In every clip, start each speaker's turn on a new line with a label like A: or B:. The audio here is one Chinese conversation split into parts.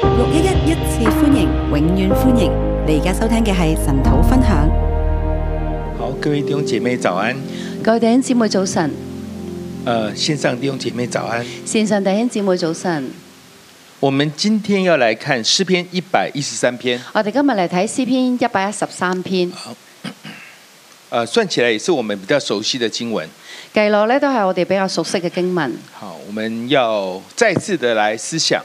A: 六一一一次歡迎，永遠歡迎！你而家收聽嘅係神土分享。
B: 好，各位弟兄姐妹早安。
C: 各位弟兄姊妹早晨，
B: 呃，线上弟兄姐妹早安。
C: 線上弟兄姊妹早晨。
B: 我们今天要来看诗篇一百一十三篇，
C: 我哋今日嚟睇詩篇一百一十三篇，
B: 呃，算起来也是我们比较熟悉的经文。
C: 計落呢都係我哋比較熟悉嘅經文，
B: 好，我们要再次的来思想。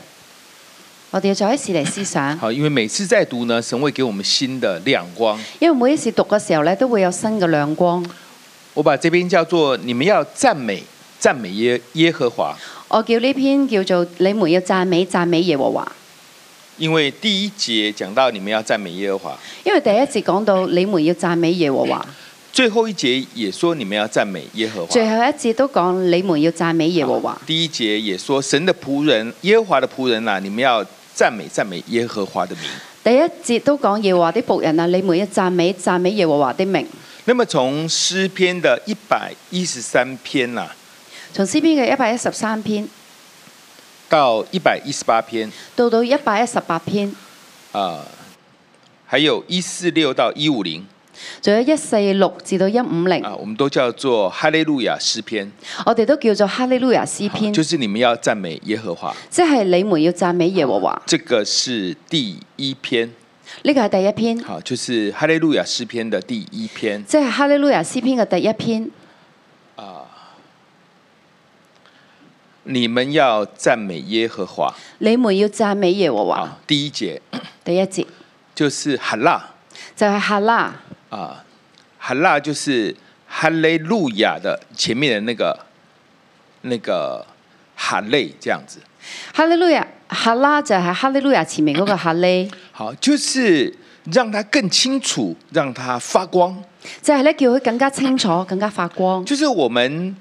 C: 我哋要再一次嚟思想，
B: 好，因为每次在读呢，神会给我们新的亮光。
C: 因為每一次讀嘅時候呢都會有新嘅亮光。
B: 我把这边叫做你们要赞美赞美耶耶和华，
C: 我叫呢篇叫做你們要讚美讚美耶和華，
B: 因为第一节讲到你们要赞美耶和华，
C: 因為第一節講到你們要讚美耶和華，
B: 最后一节也说你们要赞美耶和华。
C: 最後一節都講你們要讚美耶和華。
B: 第一节也说，神的仆人耶和华的仆人呐、啊你们要赞美赞美耶和华的名。
C: 第一節都講耶和華的仆人啊，你們要讚美讚美耶和華的名。
B: 那么从诗篇的一百一十三篇啊呐、
C: 從詩篇嘅一百一十三篇
B: 到一百一十八篇
C: 到到一百一十八篇。
B: 啊、呃还有一四六到一五零
C: 仲有一四六至到一五零，
B: 啊，我们都叫做哈利路亚诗篇，
C: 我哋都叫做哈利路亞詩篇，
B: 啊就是你们要赞美耶和华。
C: 即係你們要讚美耶和華。
B: 这个是第一篇，
C: 呢個係第一篇，
B: 好，就是哈利路亚诗篇的第一篇。
C: 即係哈利路亞詩篇嘅第一篇。
B: 你们要赞美耶和华。
C: 你們要讚美耶和華。
B: 啊，第一节
C: 第一節
B: 就是哈拉。
C: 就係哈拉，
B: 啊，哈拉就是哈利路亚的前面的那个那个哈类这样子。
C: 哈利路亞哈拉就係哈利路亞前面嗰個哈利，
B: 好，就是让它更清楚，让它发光。
C: 就係咧叫佢更加清楚、更加發光。
B: 就是我们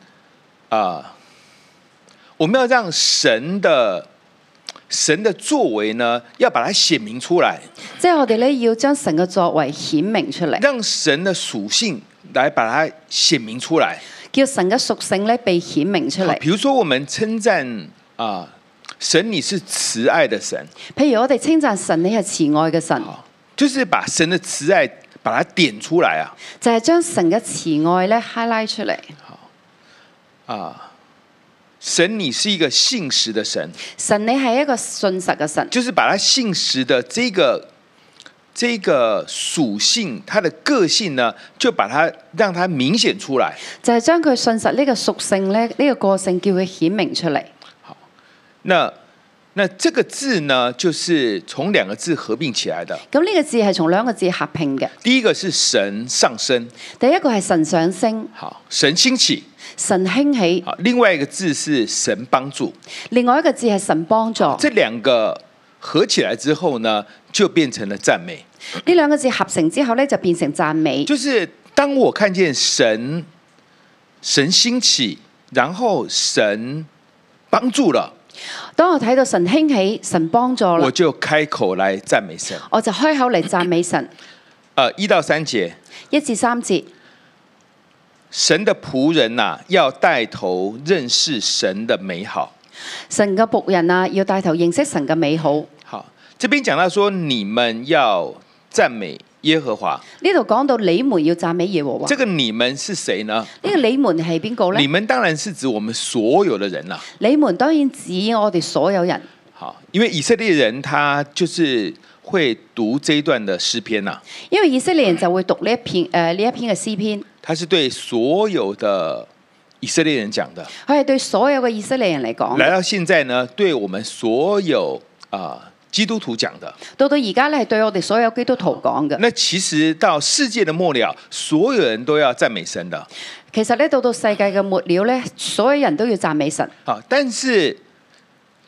B: 啊、我们要让神的神的作为呢，要把它显明出来，
C: 即係我哋咧要將神嘅作為顯明出嚟，
B: 让神的属性来把它显明出来。
C: 叫神嘅屬性咧被顯明出
B: 好
C: 嚟。
B: 比如说，我们称赞啊，神你是慈爱的神。
C: 譬如我哋稱讚神，你係慈愛嘅神，
B: 好，就是把神的慈爱把它点出来啊
C: 就係將神嘅慈愛咧 highlight 出嚟。
B: 啊！神，你是一个信实的神，
C: 神你係一個信實嘅神，
B: 就是把它信实的这个这个属性，它的个性呢，就把它让它明显出来。
C: 就係將佢信實呢個屬性咧，呢、呢個個性叫佢顯明出嚟。
B: 那那这个字呢，就是从两个字合并起来的。
C: 咁呢個字係從兩個字合拼嘅，
B: 第一个是神上升，
C: 第一個係神上升、
B: 好，神兴起，
C: 神興起，
B: 好，另外一个字是神帮助。
C: 另外一個字係神幫助。
B: 这两个合起来之后呢，就变成了赞美。
C: 呢兩個字合成之後咧，就變成讚美。
B: 就是当我看见神，神兴起，然后神帮助了，
C: 當我睇到神興起、神幫助
B: 我
C: 啦，
B: 就开口来赞美神。
C: 我就開口嚟讚美神。
B: 呃，一到三节，
C: 一至三節，
B: 神的仆人呐、要带头认识神的美好。
C: 神嘅仆人啊，要帶頭認識神嘅美好。呢
B: 好，这边讲到说，你们要赞美耶和华。
C: 度講到你們要讚美耶和華，
B: 这
C: 呢、
B: 个你们是谁呢？
C: 個你們係邊個呢
B: 你？们当然是指我们所有的人啦、
C: 你們當然指我哋所有人，
B: 好，因为以色列人他就是会读这一段的诗篇呐、
C: 因為以色列人就會讀呢一篇誒呢、一篇嘅詩篇，
B: 他是对所有的以色列人讲的。
C: 佢係對所有嘅以色列人嚟
B: 来
C: 講，
B: 到现在呢，对我们所有啊、基督徒讲的。
C: 到到而家咧係對我哋所有基督徒講嘅。
B: 那其实到世界的末了，所有人都要赞美神的。
C: 其實咧到到世界嘅末了咧，所有人都要讚美神，
B: 好，但是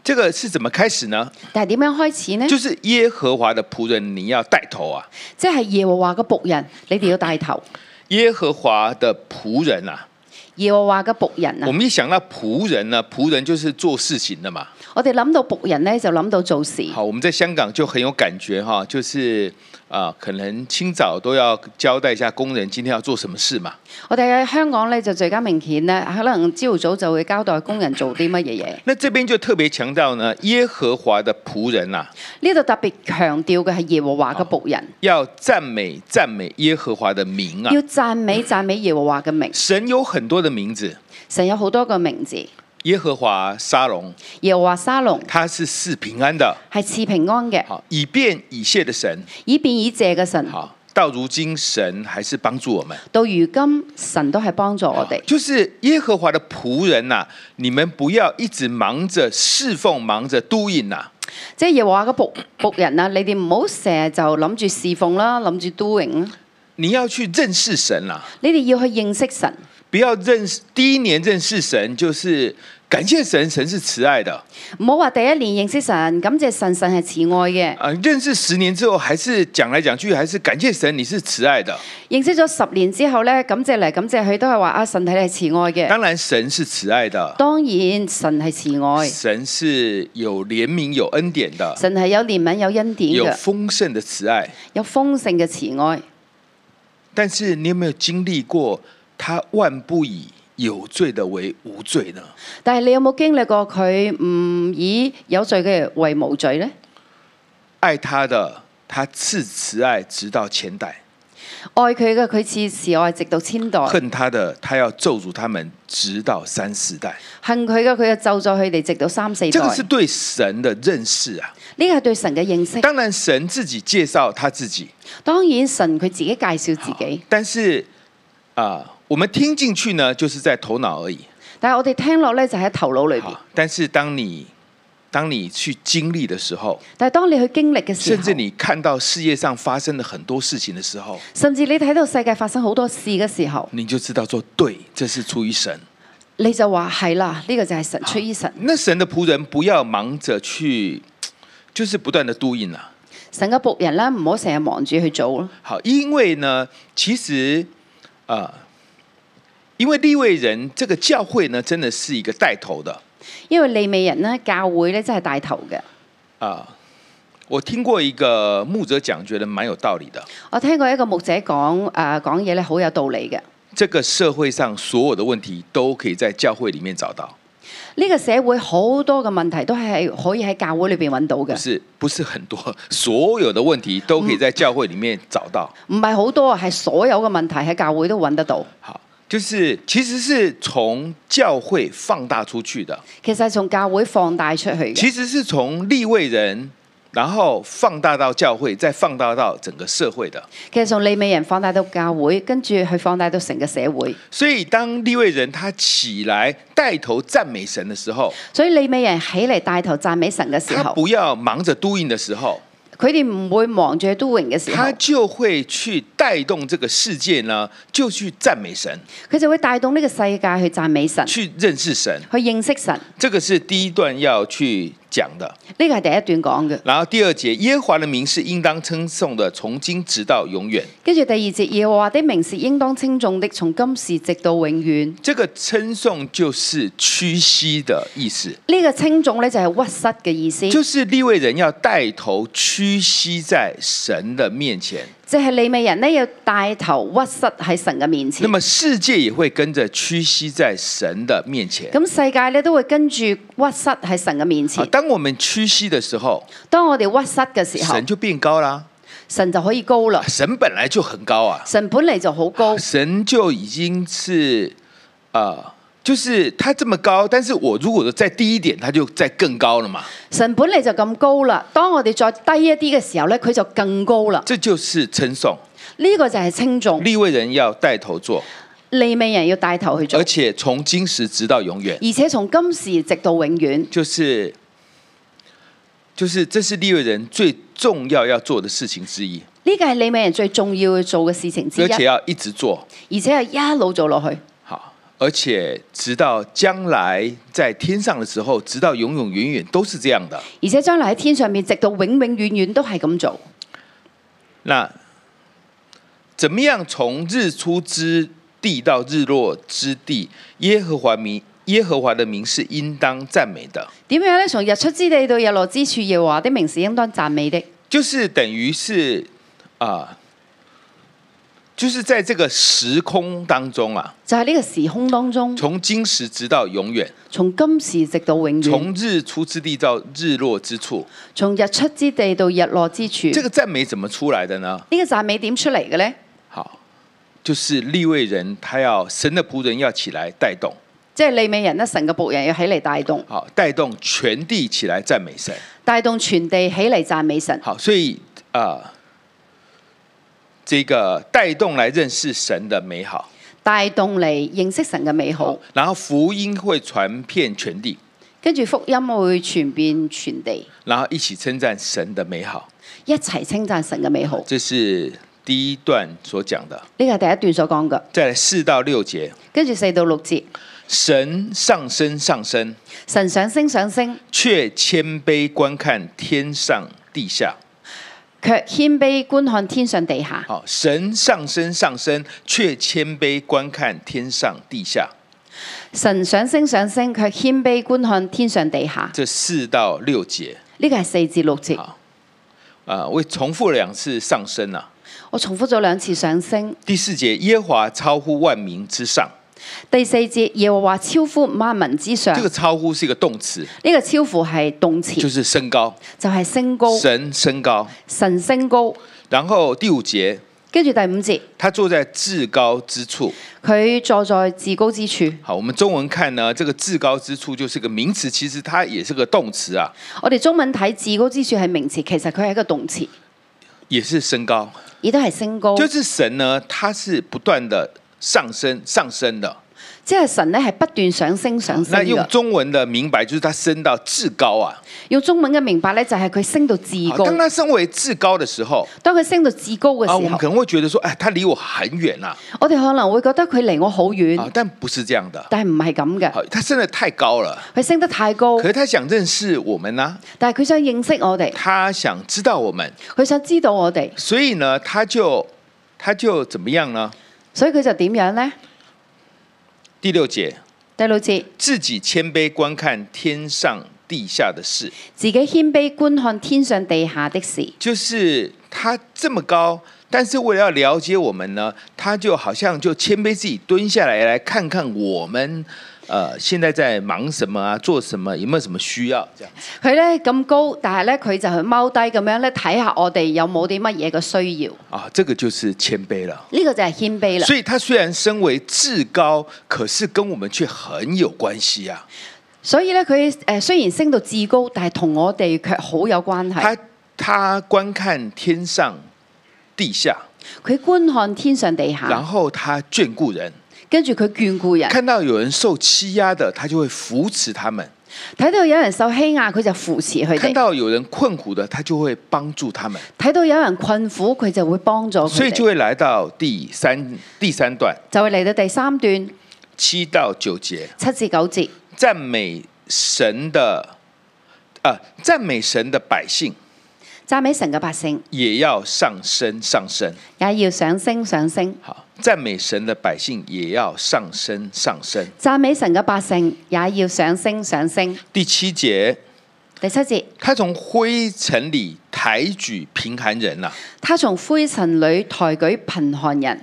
B: 这个是怎么开始呢？
C: 但係點樣開始呢？
B: 就是耶和华的仆人，你要带头啊！
C: 即係耶和華嘅仆人，你哋要帶頭。
B: 耶和华的仆人啊，
C: 耶和華嘅僕人
B: 我
C: 啊，
B: 们一想到仆人呢，仆人就是做事情的嘛。
C: 我哋諗到僕人呢，就諗到做事。
B: 好，我们在香港就很有感觉哈，就是啊、可能清早都要交代一下工人今天要做什么事嘛。
C: 我哋喺香港呢，就最加明顯呢，可能朝早就會交代工人做啲乜嘢嘢。
B: 那这边就特别强调呢，耶和华的仆人呐、啊
C: 呢度特別強調嘅係耶和華嘅僕人，
B: 要赞美赞美耶和华的名啊
C: 要。讚美讚美耶和華嘅名。
B: 神有很多的名字，
C: 神有好多個名字，
B: 耶和华沙龙，
C: 耶和華沙龍
B: 他是赐平安的，
C: 係賜平安嘅，
B: 好以便以谢的神，
C: 以便以謝嘅神。
B: 好到如今神还是帮助我们。
C: 到如今神都係幫助我哋。
B: 就是耶和华的仆人呐、你们不要一直忙着侍奉，忙着督啊引呐、
C: 即係耶和華嘅仆仆人啊，你哋唔好成日就諗住侍奉啦，諗住 doing 啦，
B: 你要去认识神啦、
C: 你哋要去認識神。
B: 不要认识第一年认识神就是感谢神，神是慈爱的
C: 唔好話第一年認識神，感謝神，神係慈愛嘅。
B: 啊、认识十年之后还是讲来讲去还是感谢神，你是慈爱的。
C: 認識咗十年之後呢，感謝嚟感謝去都係話啊，神睇你係慈愛嘅。
B: 当然神是慈爱的，
C: 當然神係慈愛，
B: 神是有憐悯有恩典的，
C: 神係有憐憫有恩典
B: 有
C: 嘅，
B: 丰盛的慈爱。
C: 有豐盛嘅慈愛。
B: 但是你有没有经历过他万不以有罪的为无罪呢？
C: 但係你有冇經歷過佢唔以有罪嘅為無罪呢？
B: 爱他的，他赐慈爱直到千代；
C: 愛佢嘅佢似慈愛直到千代，
B: 恨他的，他要咒诅他们直到三四代。
C: 恨佢嘅佢就咒咗佢哋直到三四
B: 这
C: 代。
B: 个是对神的认识啊。
C: 呢個係對神嘅認識。
B: 当然，神自己介紹他自己，
C: 當然神佢自己介紹自己，
B: 但是啊、我们听进去呢，就是在頭腦而已。
C: 但係我哋聽落呢，就喺頭腦裏邊。
B: 好，但是当你当你去經歷的時候，
C: 但係當你去經歷嘅時
B: 甚至
C: 候，
B: 你看到世界上發生了很多事情的時候，
C: 甚至你睇到世界發生好多事嘅時候，
B: 你就知道說，對，這是出於神。
C: 你就話係啦，呢、個就係
B: 啊
C: 神出於神。
B: 那神的仆人不要忙着去，就是不断的督引啊。
C: 神嘅仆人咧，唔好成日忙住去做咯。
B: 好，因为呢，其实啊、因为立位人这个教会呢，真的是一个带头的。
C: 因為利未人咧，教會咧真係帶頭嘅。
B: 啊，我听过一个牧者讲，觉得蛮有道理的。
C: 我聽過一個牧者講誒、呃、講嘢咧，好有道理嘅。
B: 这个社会上所有的问题都可以在教会里面找到，
C: 呢、個社會好多嘅問題都係可以喺教會裏邊揾到
B: 不
C: 嘅，
B: 是不是很多， 所有的问题都可以在教会里面找到。
C: 唔係好多，係所有嘅問題喺教會都揾得到。
B: 好，就是其实是从教会放大出去的，
C: 其實係從教會放大出去嘅，
B: 其实是从立位人，然后放大到教会，再放大到整个社会的。
C: 其實從利未人放大到教會，跟住去放大到成個社會。
B: 所以当立位人他起来带头赞美神的时候，
C: 所以利未人起嚟帶頭讚美神嘅時
B: 他
C: 候，
B: 不要忙着督印的时候。
C: 佢哋唔會忙住去 doing 嘅時候
B: 他，就会去带动这个世界呢，就去赞美神，
C: 佢就會帶動呢個世界去讚美神，
B: 去认识神。
C: 去認識神。
B: 这个是第一段要去讲的。
C: 呢個係第一段講嘅，
B: 然后第二节，耶和华的名是应当称颂的，从今直到永远。
C: 跟住第二節，耶和華的名是應當稱重的，從今時直到永遠。
B: 这个称颂就是屈膝的意思，
C: 呢、個稱重呢，就係屈膝嘅意思，
B: 就是立位人要带头屈膝在神的面前，
C: 即係利未人呢要帶頭屈膝喺神嘅面前
B: 那。么世界也会跟着屈膝在神的面前。
C: 咁世界呢都會跟住屈膝喺神嘅面
B: 好，
C: 前。
B: 当我们屈膝的时候，
C: 當我哋屈膝嘅時候
B: 神，啊就变高啦。
C: 神就可以高啦。
B: 神本来就很高啊，
C: 神本嚟就好高，
B: 神就已经是呃，就是他这么高，但是我如果再低一点，他就再更高了嘛。
C: 神本嚟就咁高啦。當我哋再低一啲嘅時候呢，佢就更高啦。
B: 这就是称颂，
C: 呢、個就係稱重，
B: 立位人要带头做，
C: 利未人要帶頭去做
B: 而，且从今时直到永远，
C: 而且從今時直到永遠，
B: 就是就是这是立位人最重要要做的事情之一，
C: 呢個係利未人最重要要做嘅事情之
B: 而
C: 一，
B: 且要一直做
C: 而且係一路做落去，
B: 好。而且直到将来在天上的时候，直到永永远远都是这样的。
C: 而且將來喺天上面直到永永遠遠都係咁做。
B: 那怎么样从日出之地到日落之地，耶和华名耶和华的名是应当赞美的。
C: 點樣咧？從日出之地到日落之處，耶和華的名是應當讚美的。
B: 就是等于是啊、就是在这个时空当中啊，
C: 就係呢個時空當中，
B: 从今时直到永远，
C: 從今時直到永遠，
B: 从日出之地到日落之处，
C: 從日出之地到日落之處。
B: 这个赞美怎么出来的呢？
C: 呢個讚美點出嚟嘅呢？
B: 好，就是立位人他要神的仆人要起来带动，
C: 即係利美人咧，神嘅仆人要起嚟帶動，
B: 好带动全地起来赞美神。
C: 帶動全地起嚟讚美神。
B: 好，所以啊、这个带动来认识神的美好，
C: 帶動嚟認識神嘅美好，
B: 然后福音会传遍全地，
C: 跟住福音會傳遍全地，
B: 然后一起称赞神的美好。
C: 一齊稱讚神嘅美好。
B: 这是第一段所讲的。
C: 呢個係第一段所講嘅，
B: 再来四到六节，
C: 跟住四到六節，
B: 神上升上升，
C: 神上升上升，
B: 却谦卑观看天上地下。
C: 卻謙卑觀看天上地下。
B: 好，神上升上升，却谦卑观看天上地下。
C: 神上升上升，卻謙卑觀看天上地下。
B: 这四到六节
C: 呢個係四至六節
B: 好。啊、我重复了两次上升啊。
C: 我重複咗兩次上升。
B: 第四节，耶和华超乎万民之上，
C: 第四節耶和華超乎萬民之上。
B: 这
C: 呢、
B: 个超乎是一个动词，
C: 個超乎係動詞，
B: 就是升高，
C: 就係、升高，
B: 神升高。
C: 神升高。
B: 然后第五节，
C: 跟住第五節，
B: 他坐在至高之处。
C: 佢坐在至高之處。
B: 好，我们中文看呢，这个至高之处就是个名词，其实它也是个动词啊，
C: 我哋中文睇至高之處係名詞，其實佢係一個動詞，
B: 也是升高。
C: 亦都係升高。
B: 就是神呢，它是不断的上升、上升的。
C: 即係神咧係不斷上升上升
B: 那用
C: 嘅。
B: 中文的明白，就是它升到至高啊。
C: 用中文嘅明白咧，就係佢升到至
B: 好
C: 高。
B: 当它升为至高的时候，
C: 當佢升到至高嘅
B: 啊，我
C: 時
B: 们
C: 候，
B: 可能會覺得说，哎，它離我很遠啊，
C: 我哋可能會覺得佢離我好遠
B: 啊，，但不是这样的。
C: 但係唔係咁嘅。
B: 好，它升得太高了，
C: 佢升得太高
B: 可，是它想认识我们呢、
C: 但係佢想認識我哋，
B: 它想知道我们，
C: 佢想知道我哋，
B: 所以呢，它就它就怎么样呢？
C: 所以佢就點樣呢？
B: 第六节，
C: 第六節，
B: 自己谦卑观看天上地下的事，
C: 自己謙卑觀看天上地下的事，
B: 就是他这么高，但是为了要了解我们呢，他就好像就谦卑自己蹲下来，来看看我们呃现在在忙什么啊，做什么，有没有什么需要这样。
C: 佢呢咁高，但係呢，佢就去踎低咁樣呢，睇下我哋有冇啲乜嘢嘅需要。
B: 啊，这个就是谦卑了。
C: 呢、個就係謙卑啦。
B: 所以他虽然身为至高，可是跟我们却很有关系啊。
C: 所以呢，佢誒雖然升到至高，但係同我哋卻好有關係。
B: 他他观看天上地下，
C: 佢觀看天上地下
B: 然，后他眷顾人。
C: 跟住佢眷顧人，
B: 看到有人受欺压的，他就会扶持他们；
C: 睇到有人受欺壓，佢就扶持佢
B: 看
C: 哋；
B: 到有人困苦的，他就会帮助他们。
C: 睇到有人困苦，佢就會幫助
B: 所以
C: 佢
B: 就
C: 哋。
B: 会来到第三第三段
C: 就會嚟到第三段。
B: 七到九节，
C: 七至九節，
B: 赞美神的，呃，赞美神的百姓
C: 讚美神嘅百姓
B: 也要上升上升。
C: 也要上升上升，
B: 好，赞美神的百姓也要上升上升。
C: 讚美神嘅百姓也要上升上升。
B: 第七节，
C: 第七節，
B: 他从灰尘里抬举贫寒人呐、啊
C: 他從灰塵裏抬舉貧寒人，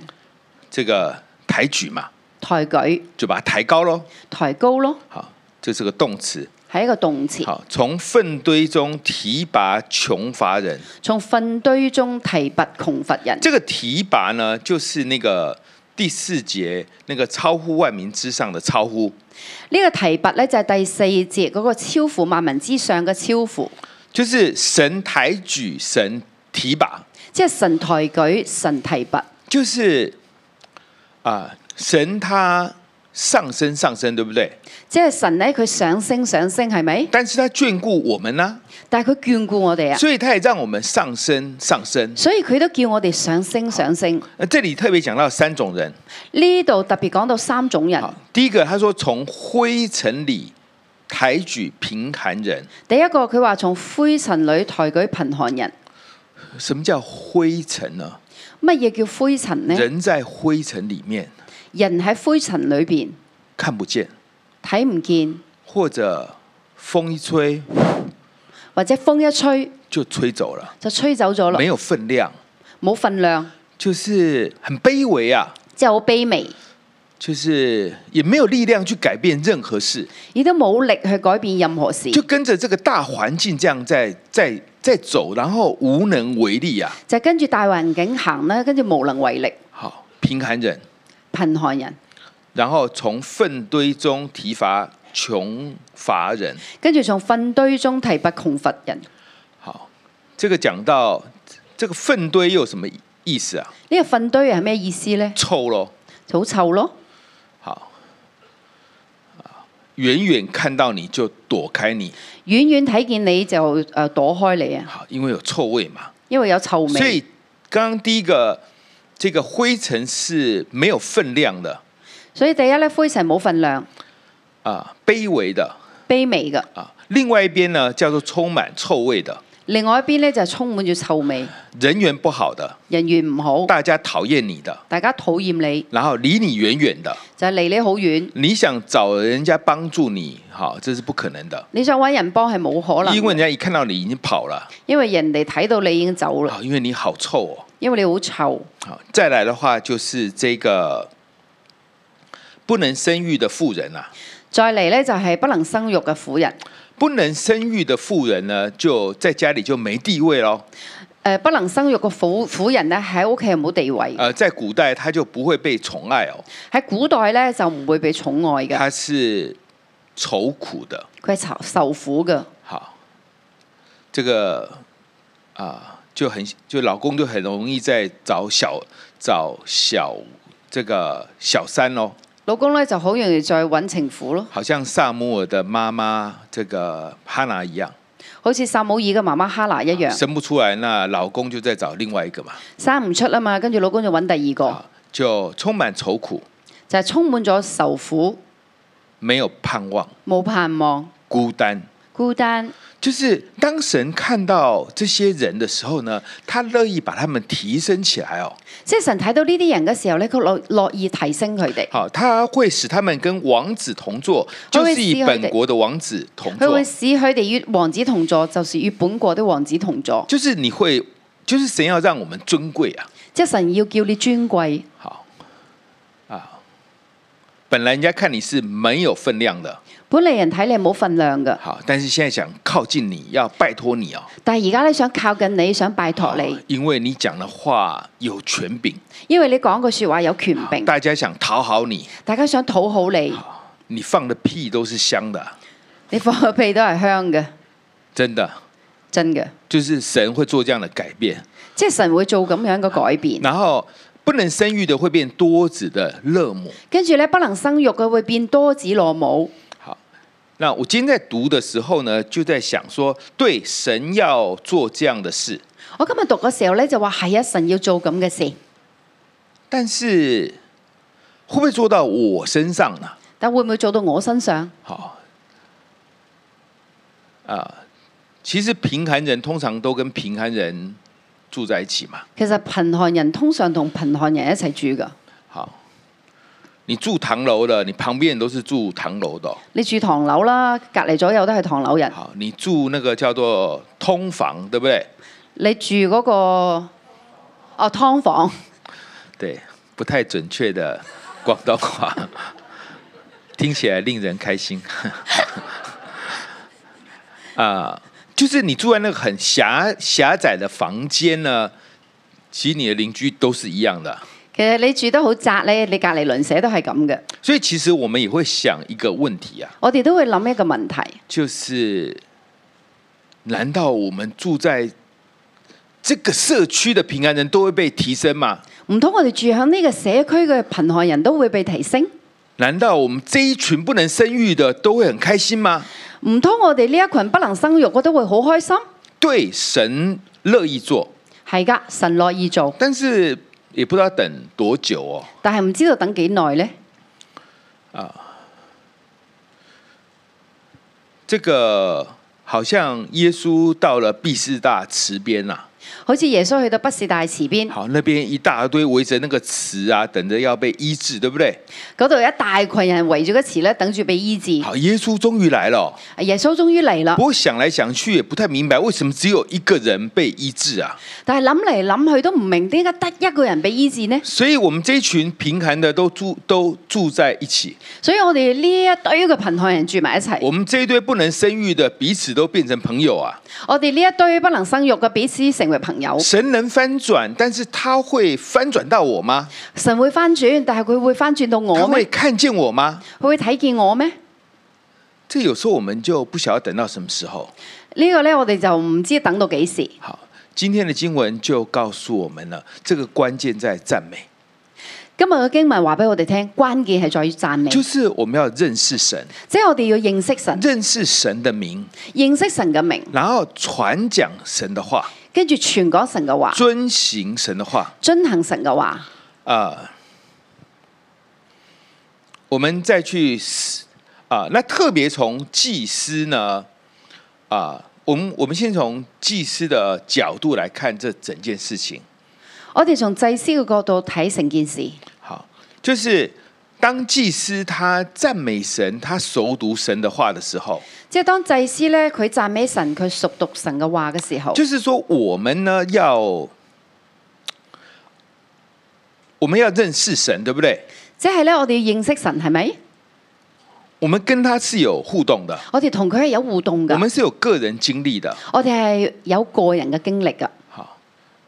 B: 这个抬举嘛，
C: 抬舉
B: 就把它抬高喽。
C: 抬高咯，
B: 好，这是个动词。
C: 係一個動詞。
B: 好，从粪堆中提拔穷乏人。
C: 從糞堆中提拔窮乏人，
B: 这个提拔呢，就是那个第四节那个超乎万民之上的超乎，
C: 呢、個提拔呢，就係第四節嗰個超乎萬民之上嘅超乎，
B: 就是神抬举，神提拔，
C: 即係神抬舉，神提拔，
B: 就是啊、神他上升上升，对不对？
C: 即係神呢，佢上升上升係咪？
B: 但是他眷顾我们呢、
C: 但係佢眷顧我哋啊，
B: 所以他也让我们上升上升。
C: 所以佢都叫我哋上升上升。
B: 那这里特别讲到三种人，
C: 呢度特別講到三種人，
B: 好，第一个他说从灰尘里抬举贫寒人，
C: 第一個佢話從灰塵裏抬舉貧寒人，
B: 什么叫灰尘呢？
C: 乜嘢叫灰塵呢？
B: 人在灰尘里面，
C: 人喺灰塵裏邊
B: 看不见，
C: 睇唔見，
B: 或者風一吹
C: 或者風一吹
B: 就吹走了，
C: 就吹走咗啦
B: 沒，有分量，
C: 冇份量，
B: 就是很卑微啊，
C: 即係好卑微，
B: 就是也沒有力量去改變任何事，
C: 亦都冇力去改變任何事，
B: 就
C: 就
B: 跟着這個大環境這樣在在在走，然後無能為力啊。
C: 係跟住大環境行啦，跟住無能為力，
B: 好，贫寒人，
C: 貧寒人，
B: 然後從糞堆中提拔窮乏人。
C: 跟住從糞堆中提拔窮乏人。
B: 好，這個講到這個糞堆又有什麼意思啊？
C: 呢、個糞堆係咩意思呢？
B: 臭咯。
C: 就好臭咯，
B: 好，啊遠遠看到你就躲開你，
C: 遠遠睇見你就誒躲開你啊，
B: 好，因為有臭味嘛。
C: 因為有臭味。
B: 所以剛剛第一個，這個灰塵是沒有分量的
C: 所以第一咧，灰塵冇份量，
B: 啊，卑微的
C: 卑微嘅；
B: 啊。另外一邊呢，叫做充滿臭味的，
C: 另外一邊咧就係充滿住臭味，
B: 人緣不好的，
C: 人緣唔好，
B: 大家討厭你的，
C: 大家討厭你，
B: 然後離你遠遠的。
C: 就係離你好遠。
B: 你想找人家幫助你，好，這是不可能的，
C: 你想揾人幫係冇可能，
B: 因為人家一看到你已經跑了，
C: 因為人哋睇到你已經走啦，
B: 啊，因為你好臭哦。
C: 因為你好臭。
B: 好，再來的話就是這個不能生育的婦人啊，
C: 再嚟咧就係不能生育嘅婦人，誒、
B: 不能生育的婦人呢，就在家裡就沒地位咯。
C: 呃不能生育嘅婦婦人咧喺屋企係冇地位，
B: 呃，在古代她就不會被寵愛哦，
C: 喺古代咧就唔會被寵愛嘅，
B: 她是愁苦的。
C: 佢係受受苦嘅。
B: 好，這個啊、就很就老公就很容易在找小找小这个小三哦，
C: 老公咧就好容易再揾情婦咯，
B: 好像萨姆爾的媽媽這個哈拿一樣，
C: 好似撒姆耳嘅媽媽哈娜一樣，
B: 生不出來，那老公就再找另外一個嘛，
C: 生唔出啊嘛，跟住老公就揾第二個，
B: 啊，就充滿愁苦，
C: 就係、充滿咗受苦、
B: 沒有盼望，
C: 冇盼望、
B: 孤單。
C: 孤單。
B: 就是當神看到這些人的時候呢，他樂意把他們提升起來哦。
C: 即係神睇到呢啲人嘅時候咧，佢樂樂意提升佢哋，
B: 好，他會使他們跟王子同坐，
C: 他
B: 就
C: 會
B: 是以
C: 使佢哋
B: 本國的王子同
C: 佢
B: 坐
C: 會，使佢哋與王子同坐，就是與本國的王子同坐。
B: 就是你會，就是神要讓我們尊貴啊，
C: 即係神要叫你尊貴，
B: 好啊，本來人家看你是沒有分量的，
C: 本嚟人睇你係冇份量嘅，
B: 好，但是現在想靠近你，要拜托你哦，
C: 但係而家咧想靠近你，想拜託
B: 好
C: 你，
B: 因為你講的話有權柄，
C: 因為你講句説話有權柄，
B: 大家想討好你，
C: 大家想討好你，
B: 你放的屁都是香的啊，
C: 你放個屁都係香嘅，
B: 真的，
C: 真嘅。
B: 就是神會做這樣的改變，
C: 即係神會做咁樣嘅改變，
B: 然後不能生育的會變多子的樂母。
C: 跟住咧不能生育嘅會變多子羅母。
B: 好，那我今天在讀的時候呢，就在想說，對，神要做這樣的事，
C: 我今日讀嘅時候咧就話係啊，神要做咁嘅事，
B: 但是會不會做到我身上呢？
C: 但會唔會做到我身上？
B: 好，啊，其實貧寒人通常都跟貧寒人住在一起嘛。
C: 其實貧寒人通常同貧寒人一齊住噶，
B: 好，你住唐樓的，你旁邊都是住唐樓的哦、
C: 你住唐樓啦，隔離左右都係唐樓人，
B: 好，你住那個叫做通房，對不對？
C: 你住嗰、個哦劏房，
B: 对，不太準確的廣東 話，聽起來令人開心。 啊、就是你住在那個很狹狹窄的房間呢，其實你的鄰居都是一樣的。
C: 其實你住得好窄咧，你隔離鄰舍都係咁嘅。
B: 所以其實我們也會想一個問題啊，
C: 我哋都會諗一個問題，
B: 就是難道我們住在這個社區的平安人都會被提升嗎？
C: 唔通我哋住喺呢個社區嘅貧寒人都會被提升？
B: 難道我們這一群不能生育的都會很開心嗎？
C: 唔通我哋呢一群不能生育嘅都會好開心？
B: 對神樂意做，
C: 係噶，神樂意做，
B: 但是也不知道等多久哦。
C: 但係唔知道等幾耐呢？
B: 这个好像耶穌到了畢士大池邊啊，
C: 好似耶穌去到畢士大池邊，
B: 好，那边一大堆围着那个池啊，等着要被医治，对不对？
C: 嗰度有一大群人圍住個池咧，等住被醫治。
B: 好，耶稣终于来了。哦
C: 耶穌終於嚟啦
B: 不，過想來想去也不太明白，为什么只有一个人被医治啊？
C: 但係諗嚟諗去都唔明點解得一個人被醫治呢？
B: 所以我们这一群贫寒的都住都住在一起，
C: 所以我哋呢一堆嘅貧寒人住埋一齊，
B: 我们这一堆不能生育的彼此都变成朋友啊。
C: 我哋呢一堆不能生育嘅彼此成為朋友。
B: 神能翻转，但是他会翻转到我吗？
C: 神會翻轉，但係佢會翻轉到
B: 哦他
C: 我
B: 会
C: 咩？
B: 看见我吗？
C: 佢會睇見我咩？
B: 这有时候我们就不晓得等到什么时候。
C: 呢、個呢，我哋就唔知等到幾時。
B: 好，今天的经文就告诉我们了，这个关键在赞美，
C: 今日嘅經文話俾我哋聽，關鍵係在於讚美，
B: 就是我们要认识神，
C: 即係我哋要認識神，
B: 认识神的名，
C: 認識神嘅名，
B: 然后传讲神的话，
C: 跟住傳講神嘅話，
B: 遵行神的话。
C: 遵行神嘅話。
B: 啊，我们再去思啊、那特别从祭司呢啊、我们我们先从祭司的角度来看这整件事情。
C: 我哋從祭司嘅角度睇成件事，
B: 好，就是当祭司他赞美神，他熟读神的话的时候，
C: 即係當祭司呢，佢讚美神，佢熟讀神嘅話嘅時候，
B: 就是说我们呢要。我们要认识神，对不对？
C: 即係呢，我哋要認識神係咪？
B: 我们跟他是有互动的，
C: 我哋同佢係有互動
B: 我
C: 㗎，
B: 们是有个人经历的。
C: 我哋係有個人嘅經歷㗎。
B: 好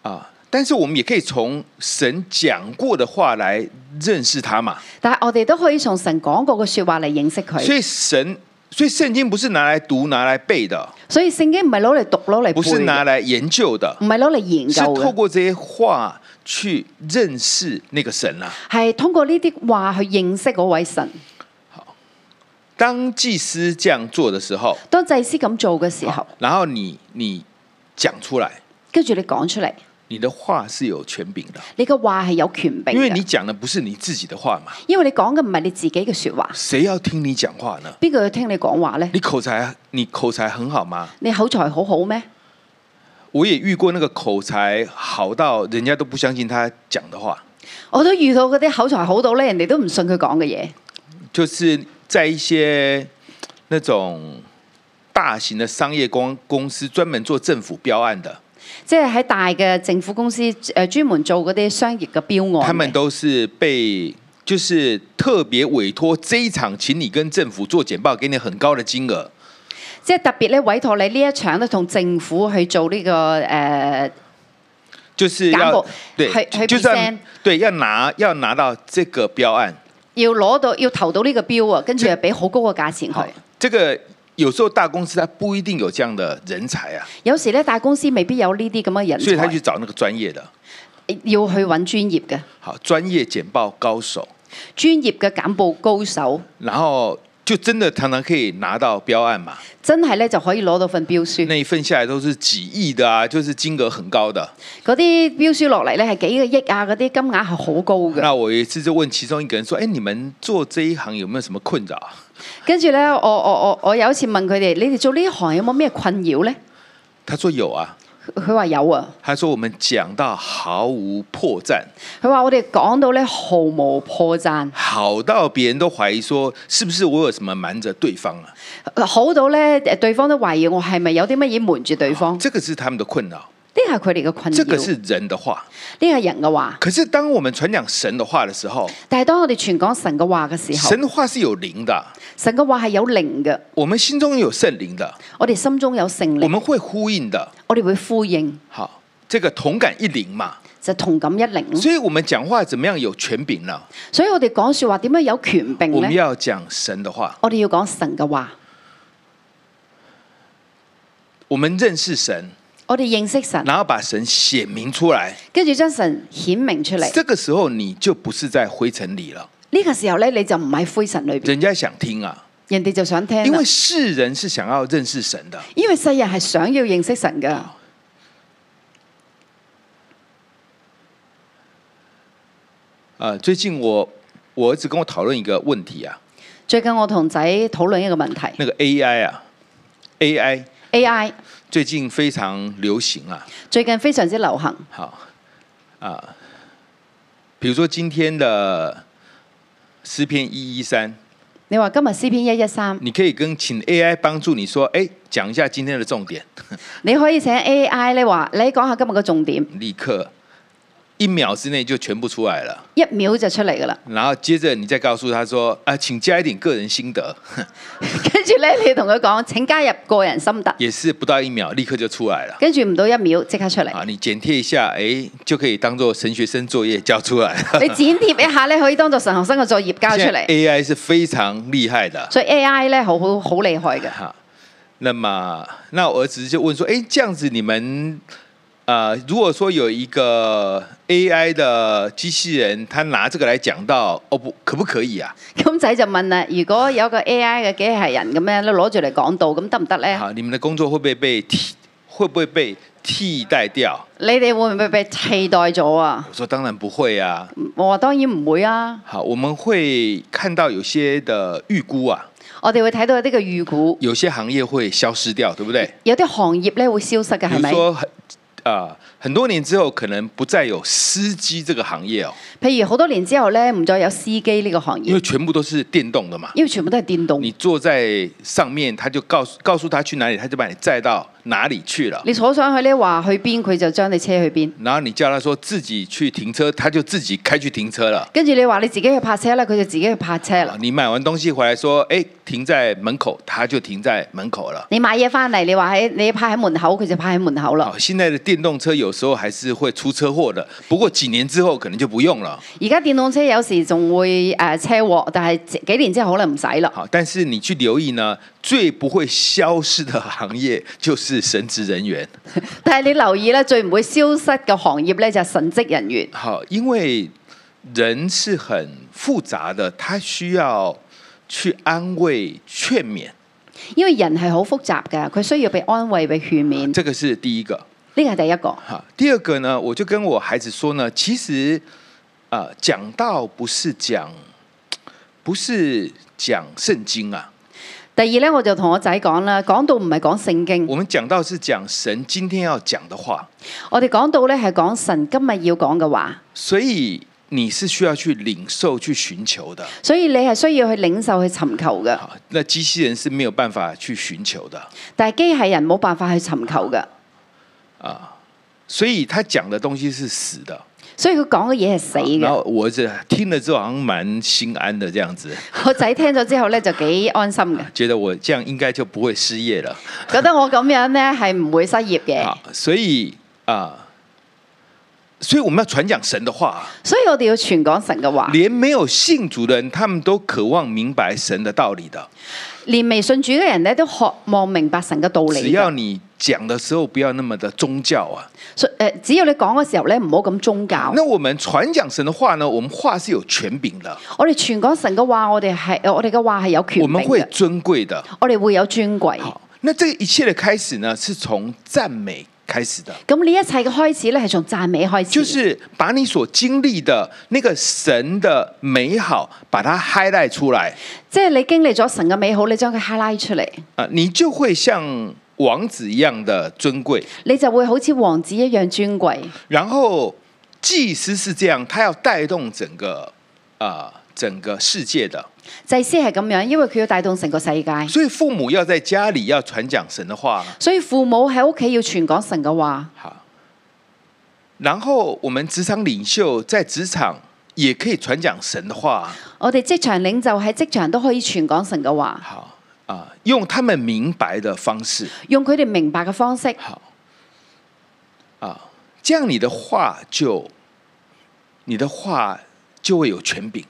B: 啊，但是我们也可以从神讲过的话来认识他嘛。
C: 但係我哋都可以從神講過嘅说話嚟認識
B: 所
C: 佢，
B: 以神，所以聖經不是拿来读、拿来背的，
C: 所以聖經唔係攞嚟讀攞嚟背
B: 不是拿
C: 嘅，
B: 来研究的，
C: 唔係攞嚟研
B: 是
C: 究
B: 透
C: 嘅，
B: 过这些话去认识那个神啊。
C: 係通過呢啲話去認識嗰位神。
B: 当祭司这样做的时候，
C: 當祭司咁做嘅時候，
B: 然后你你讲出来，
C: 跟住你講出嚟，
B: 你的话是有权柄的，
C: 你嘅話係有權柄
B: 因为你
C: 嘅，
B: 讲的不是你自己的话嘛，
C: 因為你講嘅唔係你自己嘅说話，
B: 谁要听你讲话呢？
C: 邊個要聽你講話呢？
B: 你口才你口才很好吗？
C: 你口才好好咩？
B: 我也遇过那个口才好到人家都不相信他讲的话，
C: 我都遇到嗰啲口才好到咧，人哋都唔信佢講嘅嘢，
B: 就是在一些那种大型的商业公公司专门做政府标案的，
C: 即係喺大嘅政府公司誒、呃、專門做嗰啲商業嘅標
B: 他
C: 案
B: 们
C: 嘅，
B: 都是被就是特别委托这一场，请你跟政府做简报，给你很高的金额。
C: 即係特別咧委託你呢一場咧同政府去做呢、個誒、呃
B: 就是
C: 干
B: 要
C: 部还
B: 对，
C: 还
B: 就是要
C: present
B: 对要拿要拿到这个标案，
C: 要攞到要投到呢個標啊，跟住又俾好高嘅價錢
B: 好
C: 佢。，
B: 这个有时候大公司它不一定有这样的人才啊，
C: 有時咧大公司未必有呢啲咁嘅
B: 所以他去
C: 人
B: 找那个专业的。
C: 才，要去揾專業嘅
B: 好，专业简报高手，
C: 專業嘅簡報高手，
B: 然后就真的常常可以拿到标案嘛，
C: 真係咧就可以攞到份標書。
B: 那一份下来都是几亿的啊，就是金额很高的。
C: 嗰啲標書落嚟咧係幾個億啊，嗰啲金額係好高嘅。
B: 那我有一次就问其中一个人说：“哎，你们做这一行有没有什么困扰啊
C: 跟住咧，我我我我有一次問佢哋：你哋做呢行有冇咩困擾咧？？”
B: 他说有啊，
C: 佢佢話有啊，
B: 他说我们讲到毫无破绽，
C: 佢話我哋講到咧毫無破綻，
B: 好到别人都怀疑说是不是我有什么瞒着对方啊？
C: 好到咧對方都懷疑我係咪有啲乜嘢瞞住對方。呢
B: 这个是他们的困扰，
C: 係佢哋嘅困
B: 这个
C: 擾，
B: 是人的话。
C: 呢係人嘅話。
B: 可是当我们传讲神的话的时候，
C: 但係當我哋傳講神嘅話嘅時候
B: 神，的话是有灵的，
C: 神嘅話係有靈嘅，
B: 我们心中有圣灵的。
C: 我哋心中有聖
B: 我
C: 靈，
B: 们会呼应的。
C: 我哋會呼應，
B: 好，这个同感一灵嘛，
C: 就同感一靈咯。
B: 所以我们讲话怎么样有权柄呢？
C: 所以我哋講说話點樣有權柄
B: 我们
C: 咧？
B: 要讲神的话，
C: 我哋要講神嘅話，
B: 我们认识神，
C: 我哋認識神，
B: 然后把神显明出来。
C: 跟住將神顯明出嚟。
B: 这个时候你就不是在灰尘里了，
C: 呢個時候咧，你就唔喺灰塵裏邊，
B: 人家想听啊，
C: 人哋就想聽啦
B: 因为世人是想要认识神的，
C: 因為世人係想要認識神㗎，
B: 呃，最近我我儿子跟我讨论一个问题啊，
C: 最近我同仔討論一個問題
B: 那个 AI 啊，AI
C: AI
B: 最近非常流行啊，
C: 最近非常之流行。
B: 好啊，比如说今天的诗篇一一三，
C: 你話今日詩篇一一三，
B: 你可以跟请 AI 帮助你说，哎，讲一下今天的重点，
C: 你可以請 AI 你話你講下今日嘅重點，
B: 立刻一秒之内就全部出来了。
C: 一秒就出嚟㗎啦。
B: 然后接着你再告诉他说，啊，请加一点个人心得，
C: 跟住咧，你同佢講請加入個人心得，
B: 也是不到一秒立刻就出来了。
C: 跟住唔到一秒即刻出 嚟。
B: 啊，你剪贴一下，哎，就可以当做神学生作业交出来了。
C: 你剪貼一下咧，可以當做神學生嘅作 業交出
B: 现在
C: 嚟。
B: AI 是非常厉害的。
C: 所以 AI 咧好好好厲害嘅。
B: 哈，那么那我儿子就问说，哎，这样子你们呃，如果说有一个 AI 的机器人，他拿这个来讲到，哦不，可不可以啊？
C: 咁仔就問啦：如果有一個 AI 嘅機械人咁樣咧攞住嚟講道，咁得唔得咧？
B: 好，你们的工作会不会被替，会不会被替代掉？
C: 你哋會唔會被替代咗啊？
B: 我说当然不会啊。
C: 我話當然唔會啊，
B: 好，我们会看到有些的预估啊，
C: 我哋會睇到有啲嘅預估，
B: 有些行业会消失掉，对不对？
C: 有啲行業咧會消失嘅，
B: 比
C: 係
B: 如
C: 咪？
B: 说很啊、很多年之后可能不再有司机这个行业哦，
C: 譬如好多年之後咧，唔再有司機呢個行
B: 因
C: 業
B: 为，全部都是电动的嘛。
C: 因為全部都係電動。
B: 你坐在上面，他就告诉告诉他去哪里，他就把你载到哪里去了。
C: 你坐上去咧話去邊，佢就將你車去邊。
B: 然后你叫他说自己去停车，他就自己开去停车了。
C: 跟住你話你自己去泊車啦，佢就自己去泊車
B: 啊
C: 啦。
B: 你买完东西回来说，哎，停在門口，他就停在門口了。
C: 你買嘢翻嚟，你話喺你泊喺門口，佢就泊喺門口啦
B: 好，。现在的电动车有时候还是会出车祸的，不过几年之后可能就不用了。
C: 而家電動車有時仲會誒、呃、車禍，但係幾年之後可能唔使 啦。
B: 好，但是你去留意呢，最不会消失的行业就是神职人员。
C: 但係你留意咧，最唔會消失嘅行業咧就係、神職人員，
B: 好，因为人是很复杂的，他需要去安慰、劝勉，
C: 因為人係好複雜嘅，佢需要被安慰、被勸勉，呢
B: 这个是第一个。
C: 個係第一個。
B: 哈，第二个呢，我就跟我孩子说呢，其实啊、呃讲道不是讲，不是讲圣经啊，
C: 第二咧，我就同我仔講啦，講到唔係講聖經，
B: 我们讲到是讲神今天要讲的话，
C: 我哋講到咧係講神今日要講嘅話，
B: 所以你是需要去领受、去寻求的。
C: 所以你係需要去領受、去尋求嘅。
B: 好，那机器人是没有办法去寻求的。
C: 但係機械人冇辦法去尋求嘅，
B: 所以他讲的东西是死的，
C: 所以佢講嘅嘢係死
B: 然
C: 嘅。
B: 后我儿子听了之后好像蛮心安的这样子，
C: 我仔聽咗之後咧就幾安心嘅，
B: 觉得我这样应该就不会失业了。
C: 覺得我咁樣咧係唔會失業嘅
B: 好。，所以啊、所以我们要传讲神的话，
C: 所以我哋要傳講神嘅話，
B: 连没有信主的人，他们都渴望明白神的道理的。
C: 連未信主嘅人咧都渴望明白神嘅道
B: 只
C: 理㗎。
B: 要你讲的时候不要那么的宗教啊。
C: 所呃只要你講嘅時候咧，唔好咁宗教。
B: 那我们传讲神的话呢，我们话是有权柄的，
C: 我哋傳講神嘅話，我哋係呃我哋嘅話係有權
B: 我
C: 柄
B: 们会啊
C: 嘅，
B: 尊贵的。
C: 我哋會有尊貴。
B: 好，那这一切的开始呢，是从赞美开始的。
C: 咁呢一切嘅開始咧係從讚美開始，
B: 就是把你所经历的那个神的美好，把它 highlight 出来
C: 即係你經歷咗神嘅美好，你將佢 highlight 出嚟，
B: 啊、你就会像王子一样的尊贵。
C: 你就會好似王子一樣尊貴。
B: 然后祭司是这样，他要带动整个啊、整个世界的，
C: 祭司係咁樣，因為佢要帶動成個世界，
B: 所以父母要在家里要传讲神的话。
C: 所以父母喺屋企要傳講神嘅話。
B: 好，然后我们职场领袖在职场也可以传讲神的话。
C: 我哋職場領袖喺職場都可以傳講神嘅話，
B: 好啊、用他们明白的方式。
C: 用佢哋明白嘅方式，
B: 好，啊，这样你的话就，你的话就会有权柄，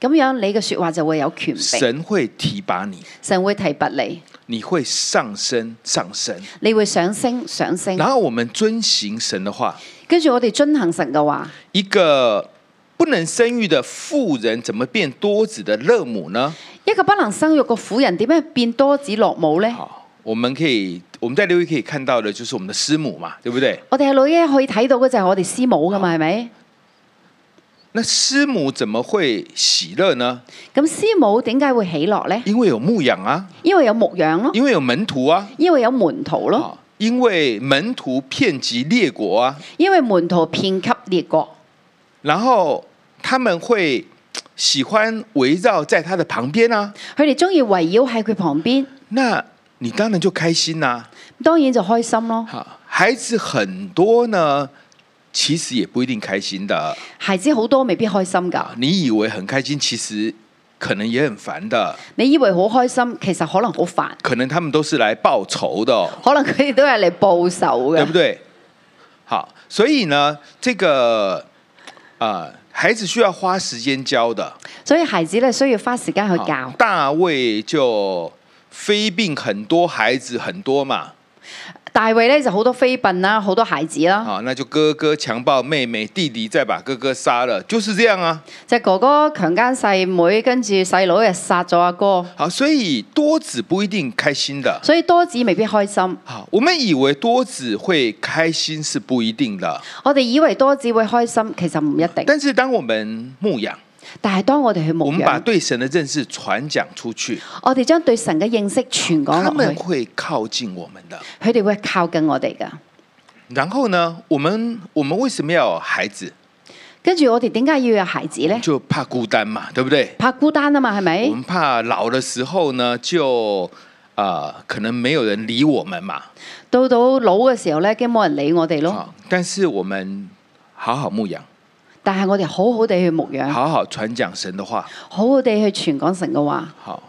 C: 咁樣你嘅说話就會有權柄，
B: 神会提拔你，
C: 神會提拔你，
B: 你会上升上升。
C: 你會上升上升。
B: 然后我们遵行神的话，
C: 跟住我哋遵行神嘅話，
B: 一个不能生育的妇人怎么变多子的乐母呢？
C: 一個不能生育嘅婦人點樣變多子落母呢？
B: 好，我们可以我们在六一可以看到的就是我们的师母嘛，对不对？
C: 我哋喺老一可以睇到嘅就係我哋師母噶嘛，係咪？
B: 那师母怎么会喜乐呢？
C: 咁師母點解會喜樂呢？
B: 因为有牧养啊，
C: 因為有牧養咯，
B: 因为有门徒啊，
C: 因為有門徒咯，
B: 啊，因为門徒遍及列國啊，
C: 因為門徒遍及列國，
B: 然後他們會嘖喜歡圍繞在他的旁邊啊，
C: 佢哋中意圍繞喺佢旁邊，
B: 那你當然就開心啦、
C: 當然就開心咯。
B: 好，孩子很多呢，其實也不一定開心的。
C: 孩子好多未必開心㗎，
B: 你以為很開心，其實可能也很煩的，
C: 你以為好開心，其實可能好煩，
B: 可能他們都是來報仇的哦、
C: 可能佢哋都係嚟報仇
B: 對不
C: 嘅。
B: 對？好，所以呢，這個啊、呃孩子需要花時間教的。
C: 所以孩子咧需要花時間去
B: 好
C: 教。
B: 大卫就非病很多，孩子很多嘛，
C: 大衛咧就好多妃嫔啦，好多孩子啦，
B: 啊，那就哥哥强暴妹妹，弟弟再把哥哥杀了，就是这样啊。
C: 就係哥哥強姦細妹，跟住細佬又殺咗阿哥，
B: 好，所以多子不一定开心的。
C: 所以多子未必開心。
B: 好，我们以为多子会开心是不一定的，
C: 我哋以為多子會開心，其實唔一定。
B: 但是当我们牧养，
C: 但係當我哋去
B: 我
C: 牧
B: 们把
C: 養，
B: 对神的认识传讲出去，
C: 我哋將對神嘅認識傳講
B: 他
C: 落
B: 们
C: 去，
B: 会靠近我们的。
C: 佢哋會靠近我哋噶。
B: 然后呢，我们我们为什么要有孩子？
C: 跟住我哋點解要有孩子呢？
B: 就怕孤单嘛，对不对？
C: 怕孤單啊嘛，係
B: 我
C: 咪？
B: 们怕老的时候呢，就啊、呃可能没有人理我们嘛。
C: 到到老嘅時候呢，驚冇人理我哋咯。
B: 啊，但是我们好好牧养，
C: 但係我哋好好地去牧養，
B: 好好传讲神的话。
C: 好好地去傳講神嘅話。
B: 好，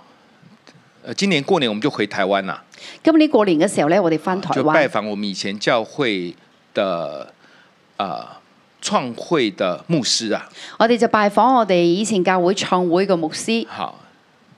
B: 呃，今年过年我们就回台湾了，
C: 今年過年嘅時候呢，我哋翻台
B: 就拜
C: 灣，
B: 访我们以前教会的啊创会的牧师啊。
C: 我哋就拜訪我哋以前教會創會嘅牧師，
B: 好，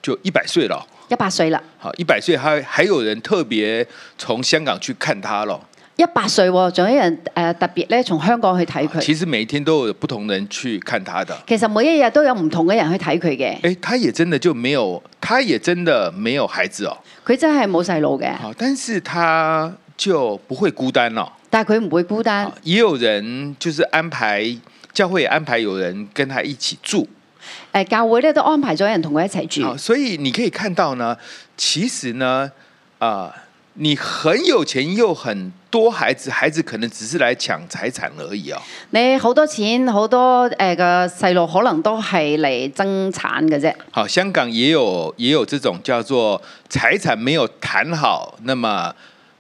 B: 就一百岁了哦。
C: 一百歲啦，
B: 好，一百岁还还有人特别从香港去看他咯。
C: 一百歲喎，仲有人誒、呃特別呢，從香港去睇佢。
B: 其实每一天都有不同人去看他的。
C: 其實每一日都有唔同嘅人去睇佢嘅，
B: 哎，他也真的就没有，他也真的没有孩子哦。
C: 佢真係冇細路嘅，
B: 好，但是他就不会孤单了、
C: 但係佢唔會孤單
B: 好。也有人就是安排教会也安排有人跟他一起住。
C: 誒、教會咧都安排咗人同佢一齊住，
B: 好，所以你可以看到呢，其实呢，啊、你很有钱又很多孩子，孩子可能只是来抢财产而已哦。
C: 你好多錢好多誒嘅細路可能都係嚟爭產嘅啫。
B: 好，香港也有也有这种叫做财产没有谈好，那么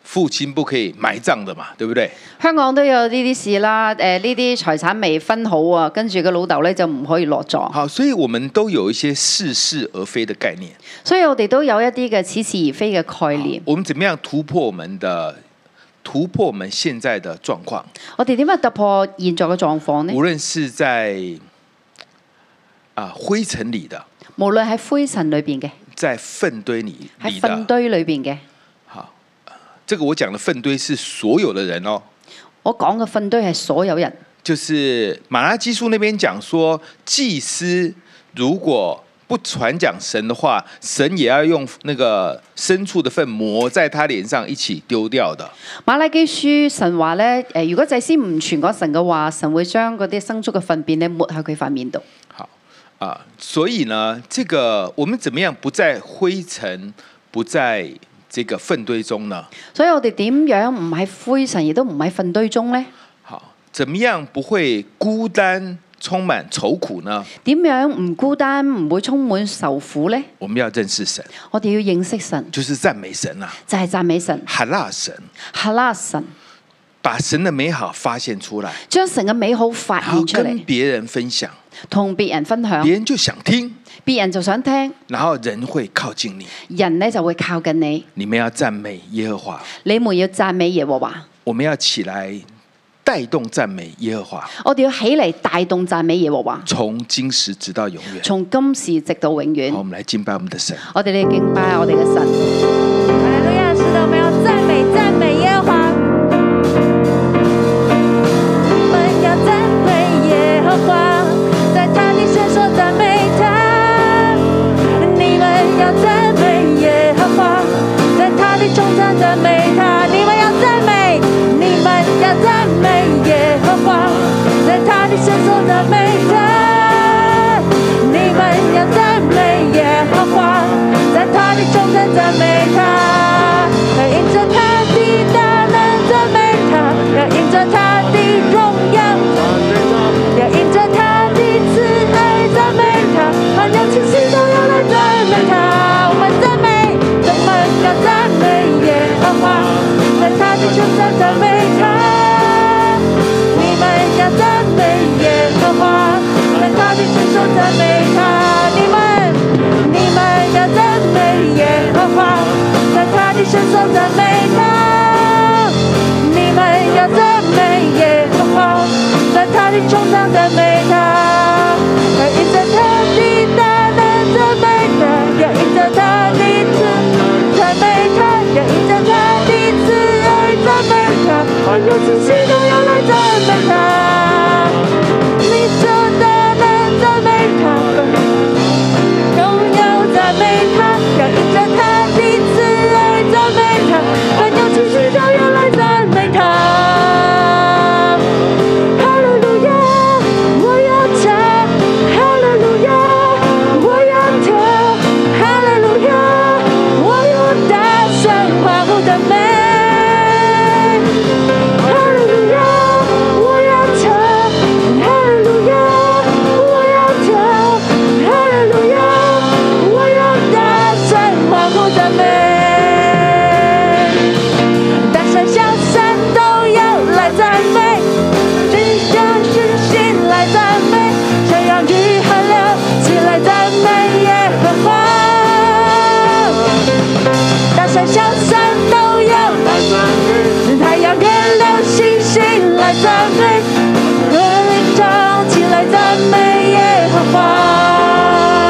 B: 父亲不可以埋葬的嘛，对不对？
C: 香港都有呢啲事啦，誒呢啲財產未分好啊，跟住個老豆咧就唔可以落葬，
B: 好，所以我们都有一些似是而非的概念。
C: 所以我哋都有一啲嘅似是而非嘅概念。
B: 我们怎么样突破我们的突破我们现在的状况？
C: 我哋點樣突破現在嘅狀況呢
B: 无？论是在啊、灰尘里的，
C: 無論喺灰塵裏邊嘅，
B: 在粪堆里
C: 喺
B: 里
C: 糞
B: 的，
C: 堆裏邊嘅，
B: 这个我讲的粪堆是所有的人哦。
C: 我講嘅糞堆係所有人。
B: 就是马拉基书那边讲说，祭司如果不传讲神的话，神也要用那个牲畜的粪抹在他脸上一起丢掉的。
C: 馬拉基書神話咧，誒如果祭司唔傳講神嘅話，神會將嗰啲牲畜嘅糞便咧抹喺佢塊面度。
B: 好啊，所以呢，这个我们怎么样不在灰尘，不在这个粪堆中呢？
C: 所以我哋點樣唔喺灰塵，亦都唔喺糞堆中呢？
B: 好，怎么样不会孤单，充满愁苦呢？
C: 點樣唔孤單，唔會充滿受苦呢？
B: 我们要认识神，
C: 我哋要認識神，
B: 就是赞美神啊，
C: 就係、讚美神、
B: 哈拉神，
C: 哈拉神，
B: 把神的美好发现出来，
C: 將神嘅美好發
B: 然后
C: 現出
B: 跟
C: 嚟，
B: 别人分享，
C: 同別人分享
B: 别，人就想听，
C: 別人就想聽，
B: 然后人会靠近你。
C: 人呢就會靠近你。
B: 你们要赞美耶和华，
C: 你們要讚美耶和華，
B: 我们要起来带动赞美耶和华，
C: 我哋要起嚟帶動讚美耶和華，
B: 从今时直到永远。
C: 從今時直到永遠
B: 好，我。们来敬拜我们的神。
C: 我哋嚟敬拜我哋嘅神。
D: 哈利路亚！是的，我们要赞美赞美耶和华，我们要赞美耶和华，在他的圣所赞美他。你们要赞美耶和华，在他的穹苍赞美他。你们要赞美，你们要赞美耶和华，在他的圣所赞美他。切都要来赞美他，你真的能赞美他，荣耀赞美他，要因着他的慈爱赞美他，凡有情绪都要来赞美他。哈利路亚，我要唱，哈利路亚，我要跳，哈利路亚，我要大声欢呼赞美。哈利路亚，我要唱，哈利路亚，我要跳，哈利路亚，我要大声欢呼赞美。大山小山都要来赞美，真相是心来赞美，想让雨寒流起来赞美耶和华。大山小山都要来赞美，太阳、月亮、星星来赞美，歌领唱起来赞美耶和华。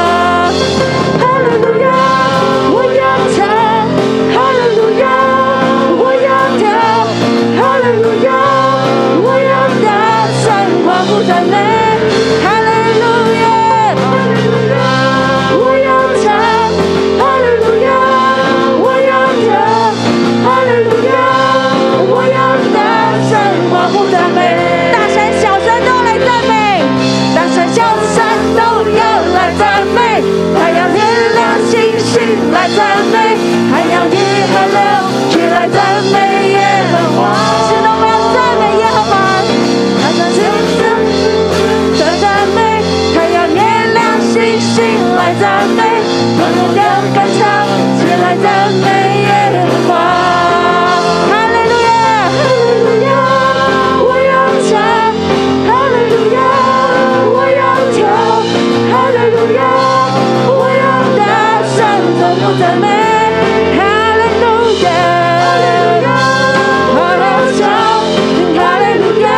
D: 哈利路亚，我要唱；哈利路亚，我要跳；哈利路亚，我要大声欢呼赞美。哈利路亚，哈利路亚，我要唱；哈利路亚，我要跳；哈利路亚，我要大声欢呼赞美。大山小山都来赞美。大山小山都要来赞美，太阳、月亮、星星来赞美，海洋与海流起来赞美耶和华，是都要赞美耶和华，大山小山都赞美，太阳、月亮、星星来赞美，我们要感唱起来赞美耶和华，哈利路亚，哈利路亚，我要唱。哈利路亚，我要跳；哈利路亚，我要大声欢呼赞美。哈利路亚，哈利路亚，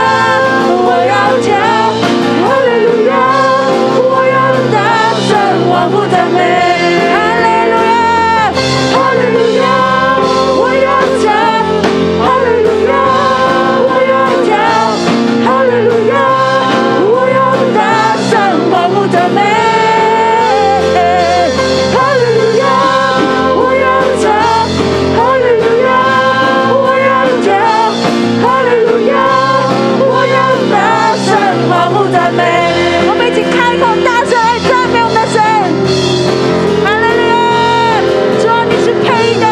D: 我要唱；哈利路亚，我要跳；哈利路亚，我要大声欢呼赞美。哈利路亚，哈利路亚，我要唱；哈利路亚，我要跳。哈利路亚，我要大声欢呼赞美。哈利路亚，我要唱。哈利路亚，我要跳。哈利路亚，我要大声欢呼赞美。我们一起开口大声来赞美我们的神。哈利路亚！主啊，你是配的，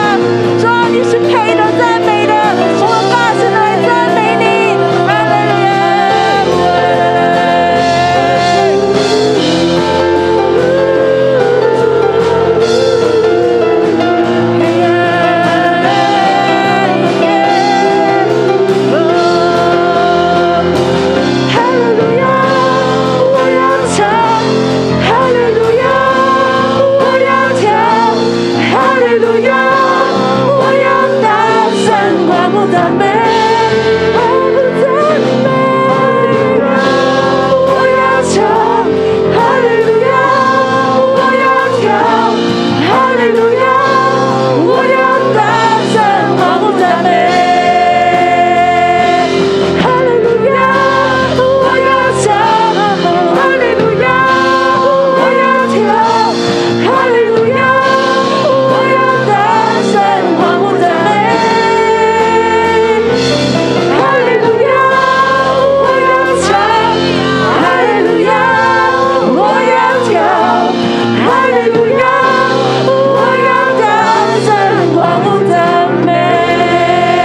D: 主啊，你是配的赞美的，我们大声来赞美你，哈利路亚！哈利路亚，我要唱；哈利路亚，我要跳；哈利路亚，我要大声欢呼赞美。欢呼赞美，我要唱；哈利路亚，我要跳；哈利路亚，我要大声欢呼赞美。哈利路亚，我要唱；哈利路亚，我要跳；哈利路亚，我要大声欢呼赞美。哈利路亚，我要唱；哈利路亚，我要跳；哈利路亚，我要大声欢呼赞美。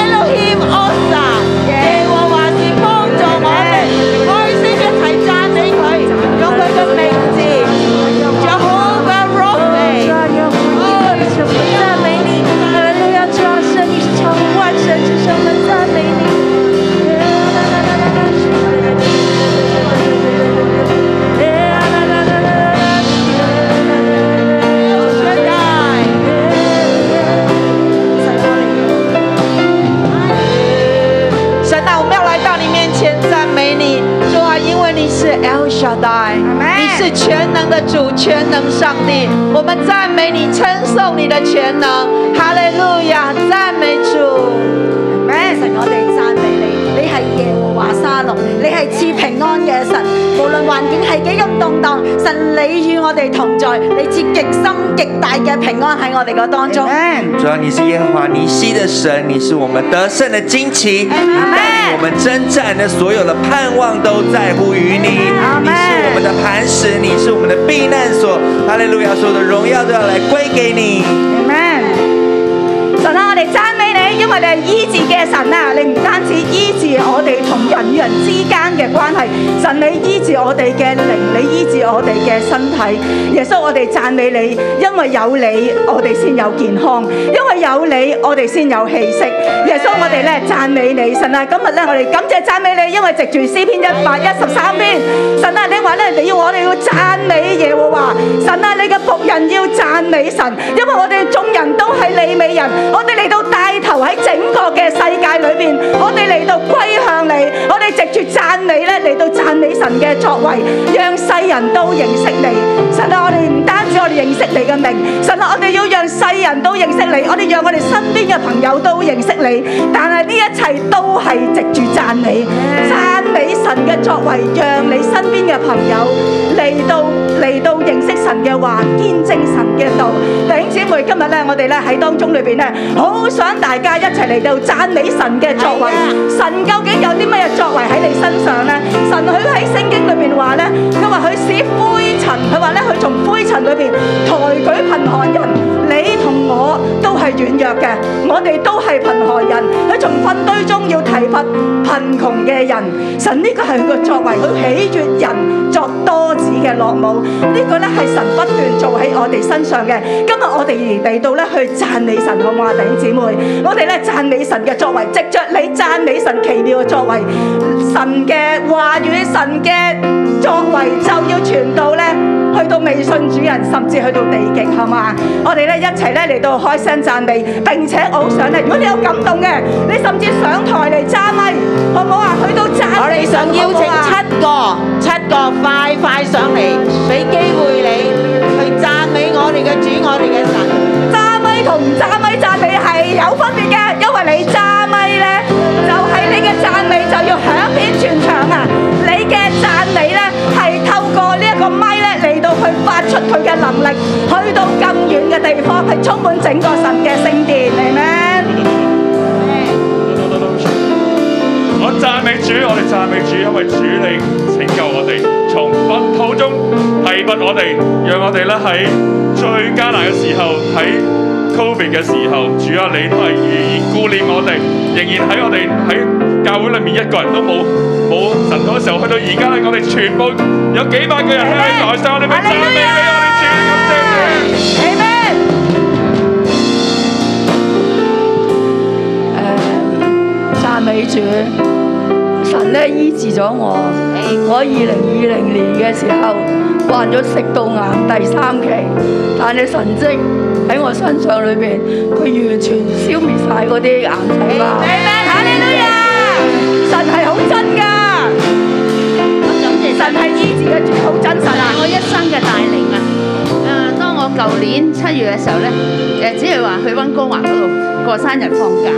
E: Elohim Osa，耶和華是幫助我哋，開聲一齊讚美佢，用佢嘅名字，有好嘅 r o c
D: 赞美你，哈利路亚！主啊，神你是超乎万神之上的赞美你。
F: 啊
E: 全能上帝，我们赞美你，称颂你的全能，哈利路亚，赞美主。
F: 咩神，啊我哋讚美你，你係耶和華沙龍，你係賜平安嘅神。無論環境係幾咁動盪，神你與我哋同在，你賜極深極大嘅平安喺我哋嘅當中。
G: 主要你是耶和华尼西的神，你是我们得胜的旌旗，我们征战的所有的盼望都在乎于你。你是我们的磐石，你是我们的避难所。哈利路亚，所有的荣耀都要来归给你。
F: 神啊，我哋赞美你，因为你系医治嘅神啊！你唔单止医治我哋同人与人之间嘅关系，神你医治我哋嘅灵，你医治我哋嘅身体。耶稣，我哋赞美你，因为有你，我哋先有健康；因为有你，我哋先有气息。耶稣，我哋咧赞美你，神啊！今日咧，我哋感谢赞美你，因为藉住诗篇一百一十三篇，神啊，你话咧，你要我哋要赞美耶和华，神啊，你嘅仆人要赞美神，因为我哋众人都系利美人，我哋嚟到帶頭喺整個嘅世界裏面，我哋嚟到歸向你，我哋藉住讚美咧嚟到讚美神嘅作為，讓世人都認識你。神啊，我哋唔單止我哋認識你嘅名，神啊，我哋要讓世人都認識你，我哋讓我哋身邊嘅朋友都認識你。但係呢一切都係藉住讚美，讚美神嘅作為，讓你身邊嘅朋友嚟到嚟到認識神嘅話，見證神嘅道。弟兄姊妹，今日咧，我哋咧喺當中裏邊咧，好想大家一齊嚟到讚美神嘅作為。神究竟有啲乜嘢作為喺你身上咧？神佢喺聖經裏邊話咧，佢話佢使灰塵，佢話咧佢從灰塵裏邊抬舉貧寒人。你同我都係軟弱嘅，我哋都係貧寒人。佢從糞堆中要提拔貧窮嘅人。神呢個係佢嘅作為，佢喜悦人作多子嘅樂舞。呢、個咧係神不斷做喺我哋身上嘅。今日我哋嚟到咧去讚美神，好唔好啊，弟兄姊妹？我哋咧讚美神嘅作為，藉着你讚美神奇妙嘅作為，神嘅話語、神嘅作為就要傳到咧。去到未信主人，甚至去到地極，係嘛？我哋咧一齊咧嚟到開聲讚美，並且我好想咧，如果你有感動嘅，你甚至上台嚟揸咪，好唔好啊？去到讚
E: 我哋
F: 美神
E: 想邀
F: 好唔
E: 請
F: 好啊
E: 七個，七個快快上嚟，俾機會你去讚美我哋嘅主，我哋嘅神。
F: 揸咪同唔揸咪讚美係有分別嘅，因為你揸咪咧，就係、你嘅讚美就要響遍全場啊！你嘅讚美咧係透過呢一個咪咧嚟到去發出佢嘅能力，去到更遠嘅地方，係充滿整個神嘅聖殿嚟咩？
H: 我讚美主，我哋讚美主，因為主你拯救我哋，從糞土中提拔我哋，讓我哋咧喺最艱難嘅時候，喺 Covid 嘅時候，主啊，你都係仍然顧念我哋，仍然喺我哋喺教會裏面一個人都冇冇神嗰時候，去到而家咧，我哋全部有幾百個人喺台上，我哋咪讚美你，我哋主感謝你。
I: 赞美主，神咧醫治咗我。我二零二零年嘅時候患咗食道癌第三期，但係神蹟喺我身上裏邊，佢完全消滅晒嗰啲癌細胞。
F: 哈利路亞！神係好真㗎，神係醫治嘅主好真實啊！
J: 我一生嘅帶領啊！啊，當我舊年七月嘅時候咧，誒只係話去温哥華嗰度過生日放假，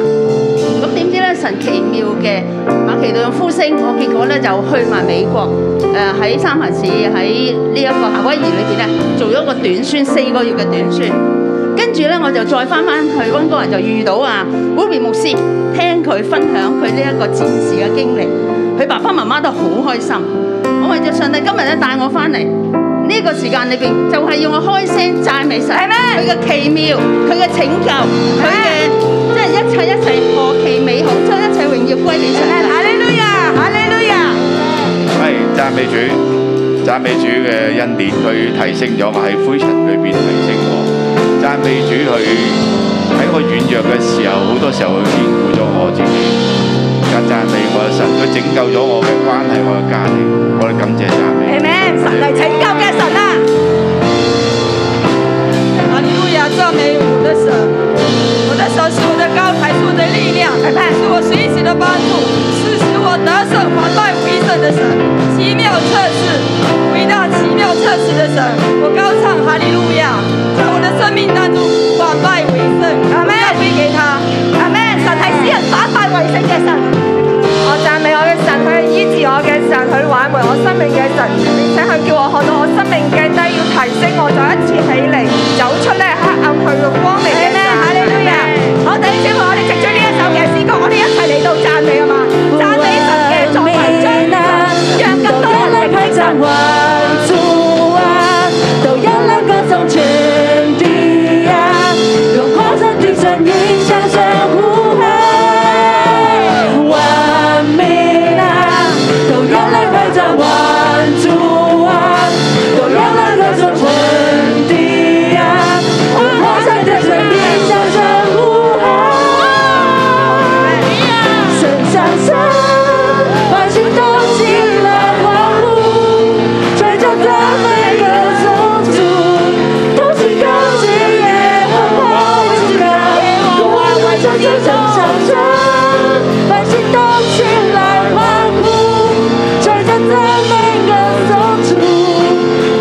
J: 咁點知咧神奇妙嘅馬其頓呼聲，我結果咧就去埋美國，誒、喺三藩市喺呢一個夏威夷裏邊咧做咗個短宣四個月嘅短宣，跟住咧我就再翻翻去温哥華就遇到
E: à,
J: 啊 Ruby 牧師，聽佢分享佢呢一個戰士嘅經歷，佢爸爸媽媽都好開心。我為咗上帝今日咧帶我翻嚟呢個時間裏邊，就係、要我開聲讚美神，佢嘅奇妙，佢嘅拯救，佢嘅即係一切一切何其美好，將一切榮耀歸俾神。
F: 哈利路亞，哈利路亞！
K: 係讚美主，讚美主嘅恩典，佢提升咗我喺灰塵裏邊提升我，讚美主佢喺我軟弱嘅時候，好多時候佢堅固咗我自己，更讚美我嘅神，佢拯救咗我嘅關係，我嘅家庭，我哋感謝讚美。
F: 係咩？神係拯救嘅神啊！
E: 哈利路亚，赞美我的神，我的神是我的高台，是我的力量，是我随时的帮助，是使我得胜、反败为胜的神，奇妙测试，伟大奇妙测试的神，我高亚，在我的生命当中反败为胜。阿妹，交俾给他。阿妹，神系使人反败为胜嘅神。
D: 我讚美我嘅神，佢係醫治我嘅神，佢挽回我生命嘅神，並且佢叫我學到我生命嘅低要提升，我就一次起嚟，走出咧黑暗去到光明嘅神。哈利路亞！我哋姊妹，我哋藉住呢一首嘅詩歌，我哋一齊嚟到讚美啊嘛！讚美神嘅作為將臨，讓更多人嚟睇神。
E: 万事都起了荒芜，吹着的每个宗族，都是高举耶和华为至高，用我们这一生唱着，万事都起来欢呼，吹着的每个宗族，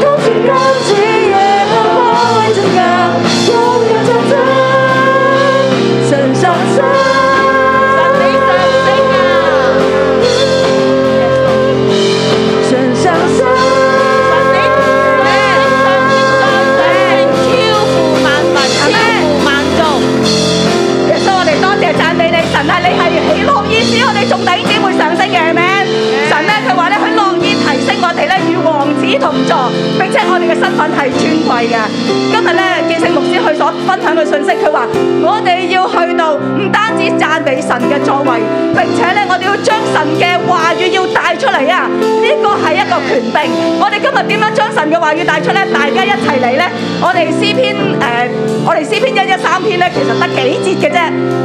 E: 都是高举耶和华为至高，用我们这一生上升。神上身，
F: 耶穌，我哋多謝讚美你，神啊，你係喜樂意使我哋眾弟兄姊妹上升嘅，係咪？神咧，佢話咧，佢樂意提升我哋咧，與王子同坐，並且我哋嘅身份係尊貴嘅。今日咧，見聖牧師佢所分享嘅信息，佢話我哋要去到唔單止讚美神嘅作為，並且咧，我哋要將神嘅話語要帶出嚟啊！呢個係一個權柄。我哋今日點樣將神嘅話語帶出咧？大家一齊嚟咧，我哋詩篇誒、呃我哋詩篇一一三篇咧，其實得幾節嘅啫。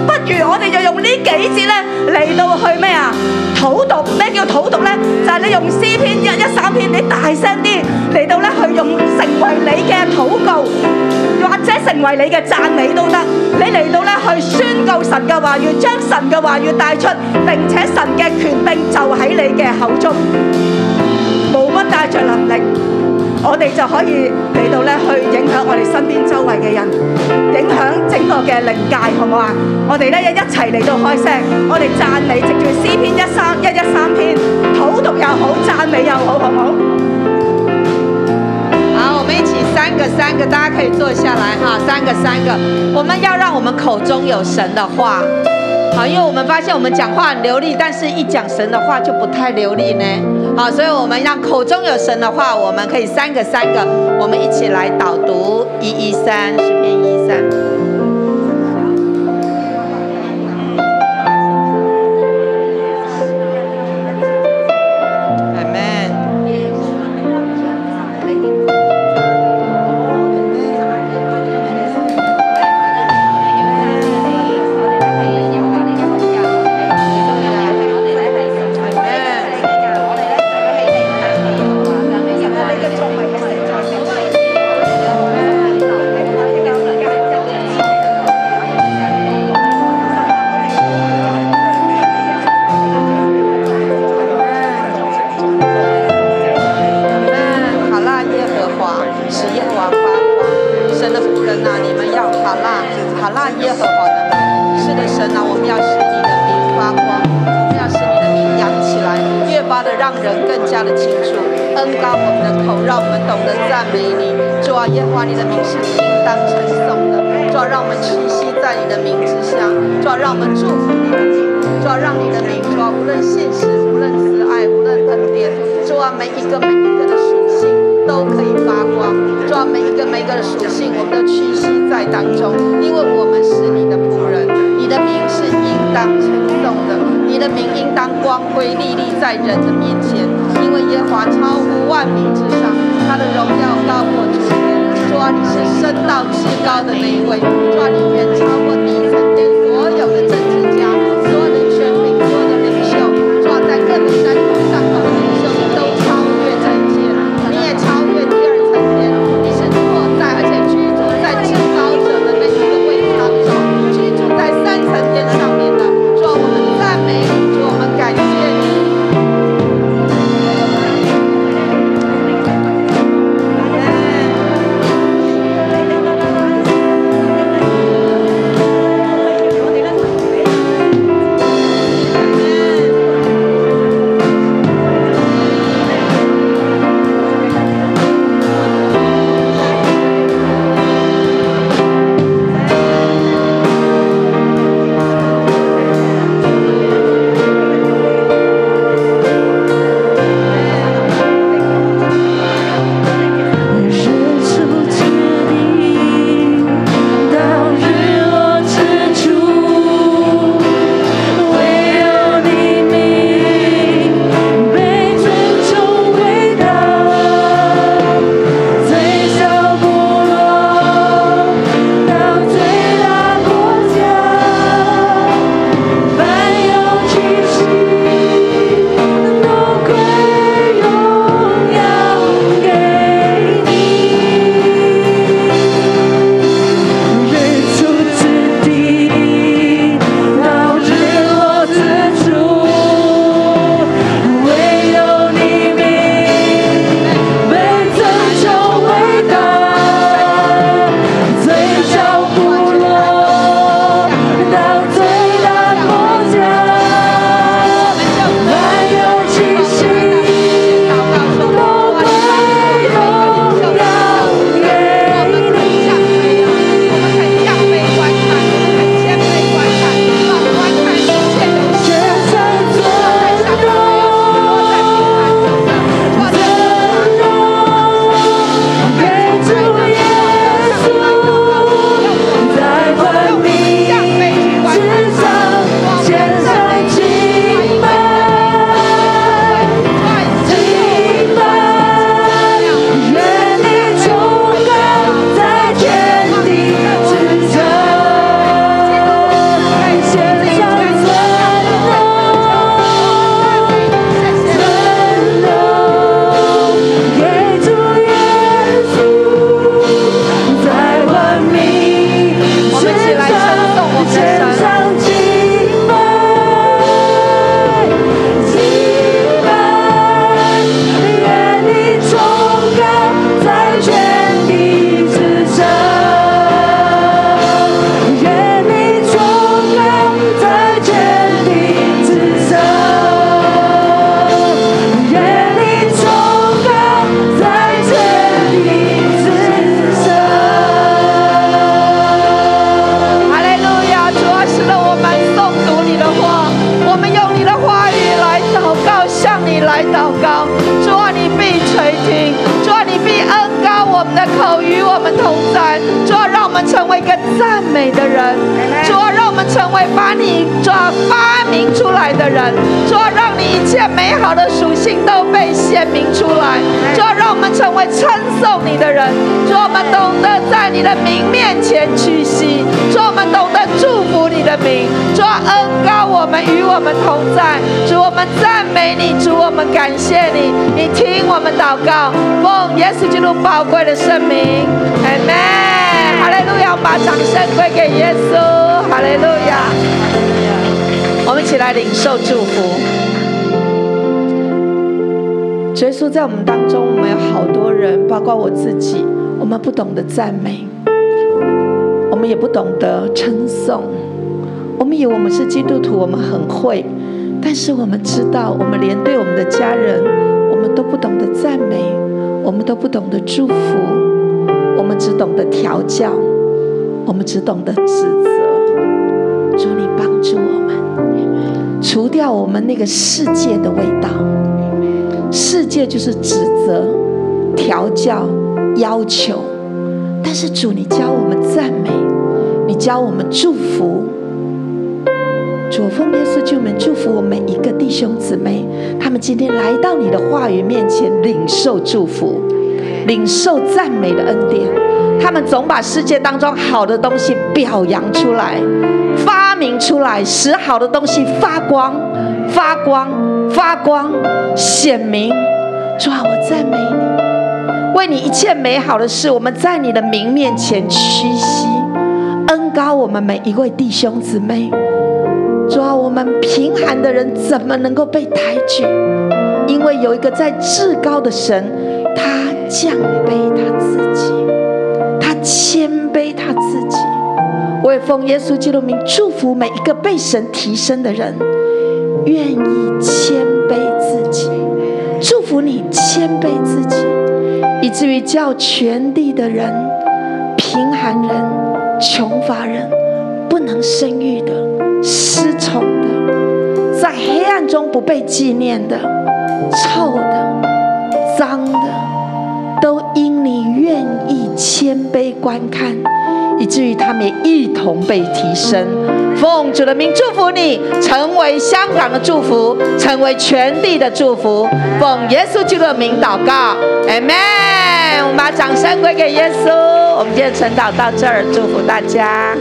F: 不如我哋就用呢幾節咧嚟到去咩啊？土讀咩叫土讀咧？就係、你用詩篇一一三篇，你大聲啲嚟到咧去用成為你嘅禱告，或者成為你嘅讚美都得。你嚟到咧去宣告神嘅話語，將神嘅話語帶出，並且神嘅權柄就喺你嘅口中，冇乜帶着能力。我哋就可以嚟到咧去影響我哋身邊周圍嘅人，影響整個嘅靈界，好唔好啊？我哋咧一齊嚟到開聲，我哋讚美，藉住詩篇一三一一三篇，土讀又好，讚美又好，好唔好？
E: 好，我们一起三个三个，大家可以坐下来哈，三个三个，我们要让我们口中有神的话，好，因为我们发现我们讲话很流利，但是一讲神的话就不太流利呢，好，所以我们让口中有神的话，我们可以三个三个，我们一起来导读一一三诗篇一一三。好啦，耶和华使耶和华发光，神的仆人呐、你们要好啦，好啦，耶和华的名，是的，神呐、我们要使你的名发光，我们要使你的名扬起来，越发的让人更加的清楚，恩高我们的口，让我们懂得赞美你，主啊，耶和华你的名是应当称颂的，主啊，让我们栖息在你的名之下，主啊，让我们祝福你的名。主要让你的名，主要无论现实，无论慈爱，无论恩典，主要每一个每一个的属性都可以发光。主要每一个每一个的属性，我们都屈膝在当中，因为我们是你的仆人，你的名是应当称颂的，你的名应当光辉历历在人的面前，因为耶和华超乎万民之上，他的荣耀高过诸天。主啊，你是升到至高的那一位，主啊，你远超过地层天所有的政治家、所有的权柄、所有的领袖，主啊，在各个山头上头的领袖你都超越在天，你也超越第二层天，你是坐在而且居住在至高者的那一个位置当中，居住在三层天上面的，主啊，我们赞美你，主啊，我们感谢你。阿门。
D: 啊
E: 啊啊啊为一个赞美的人。主啊，让我们成为把你主啊发明出来的人。主啊，让你一切美好的属性都被显明出来。主啊，让我们成为称颂你的人。主啊，我们懂得在你的名面前屈膝。主啊，我们懂得祝福你的名。主啊，恩高我们，与我们同在。主，我们赞美你，主，我们感谢你。你听我们祷告，奉耶稣基督宝贵的圣名，Amen。哈利路亚！把掌声归给耶稣，哈利路亚！我们一起来领受祝福。
F: 主耶稣在我们当中，我们有好多人，包括我自己，我们不懂得赞美，我们也不懂得称颂。我们以为我们是基督徒，我们很会，但是我们知道，我们连对我们的家人，我们都不懂得赞美，我们都不懂得祝福，我们只懂得调教，我们只懂得指责。主，你帮助我们，除掉我们那个世界的味道。世界就是指责、调教、要求，但是主，你教我们赞美，你教我们祝福。主奉耶稣救门祝福我每一个弟兄姊妹，他们今天来到你的话语面前，领受祝福，领受赞美的恩典。他们总把世界当中好的东西表扬出来，发明出来，使好的东西发光、发光、发光，显明。主啊，我赞美你，为你一切美好的事，我们在你的名面前屈膝，恩高我们每一位弟兄姊妹。主啊，我们贫寒的人怎么能够被抬举？因为有一个在至高的神，他降卑他自己，他谦卑他自己。我也奉耶稣基督名祝福每一个被神提升的人，愿意谦卑自己，祝福你谦卑自己，以至于叫全地的人、贫寒人、穷乏人、不能生育的、失宠的、在黑暗中不被纪念的、臭的、脏的，都因你愿意谦卑观看，以至于他们也一同被提升。奉主的名祝福你，成为香港的祝福，成为全地的祝福。奉耶稣基督的名祷告，Amen。我们把掌声归给耶稣。我们今天晨祷到这儿，祝福大家。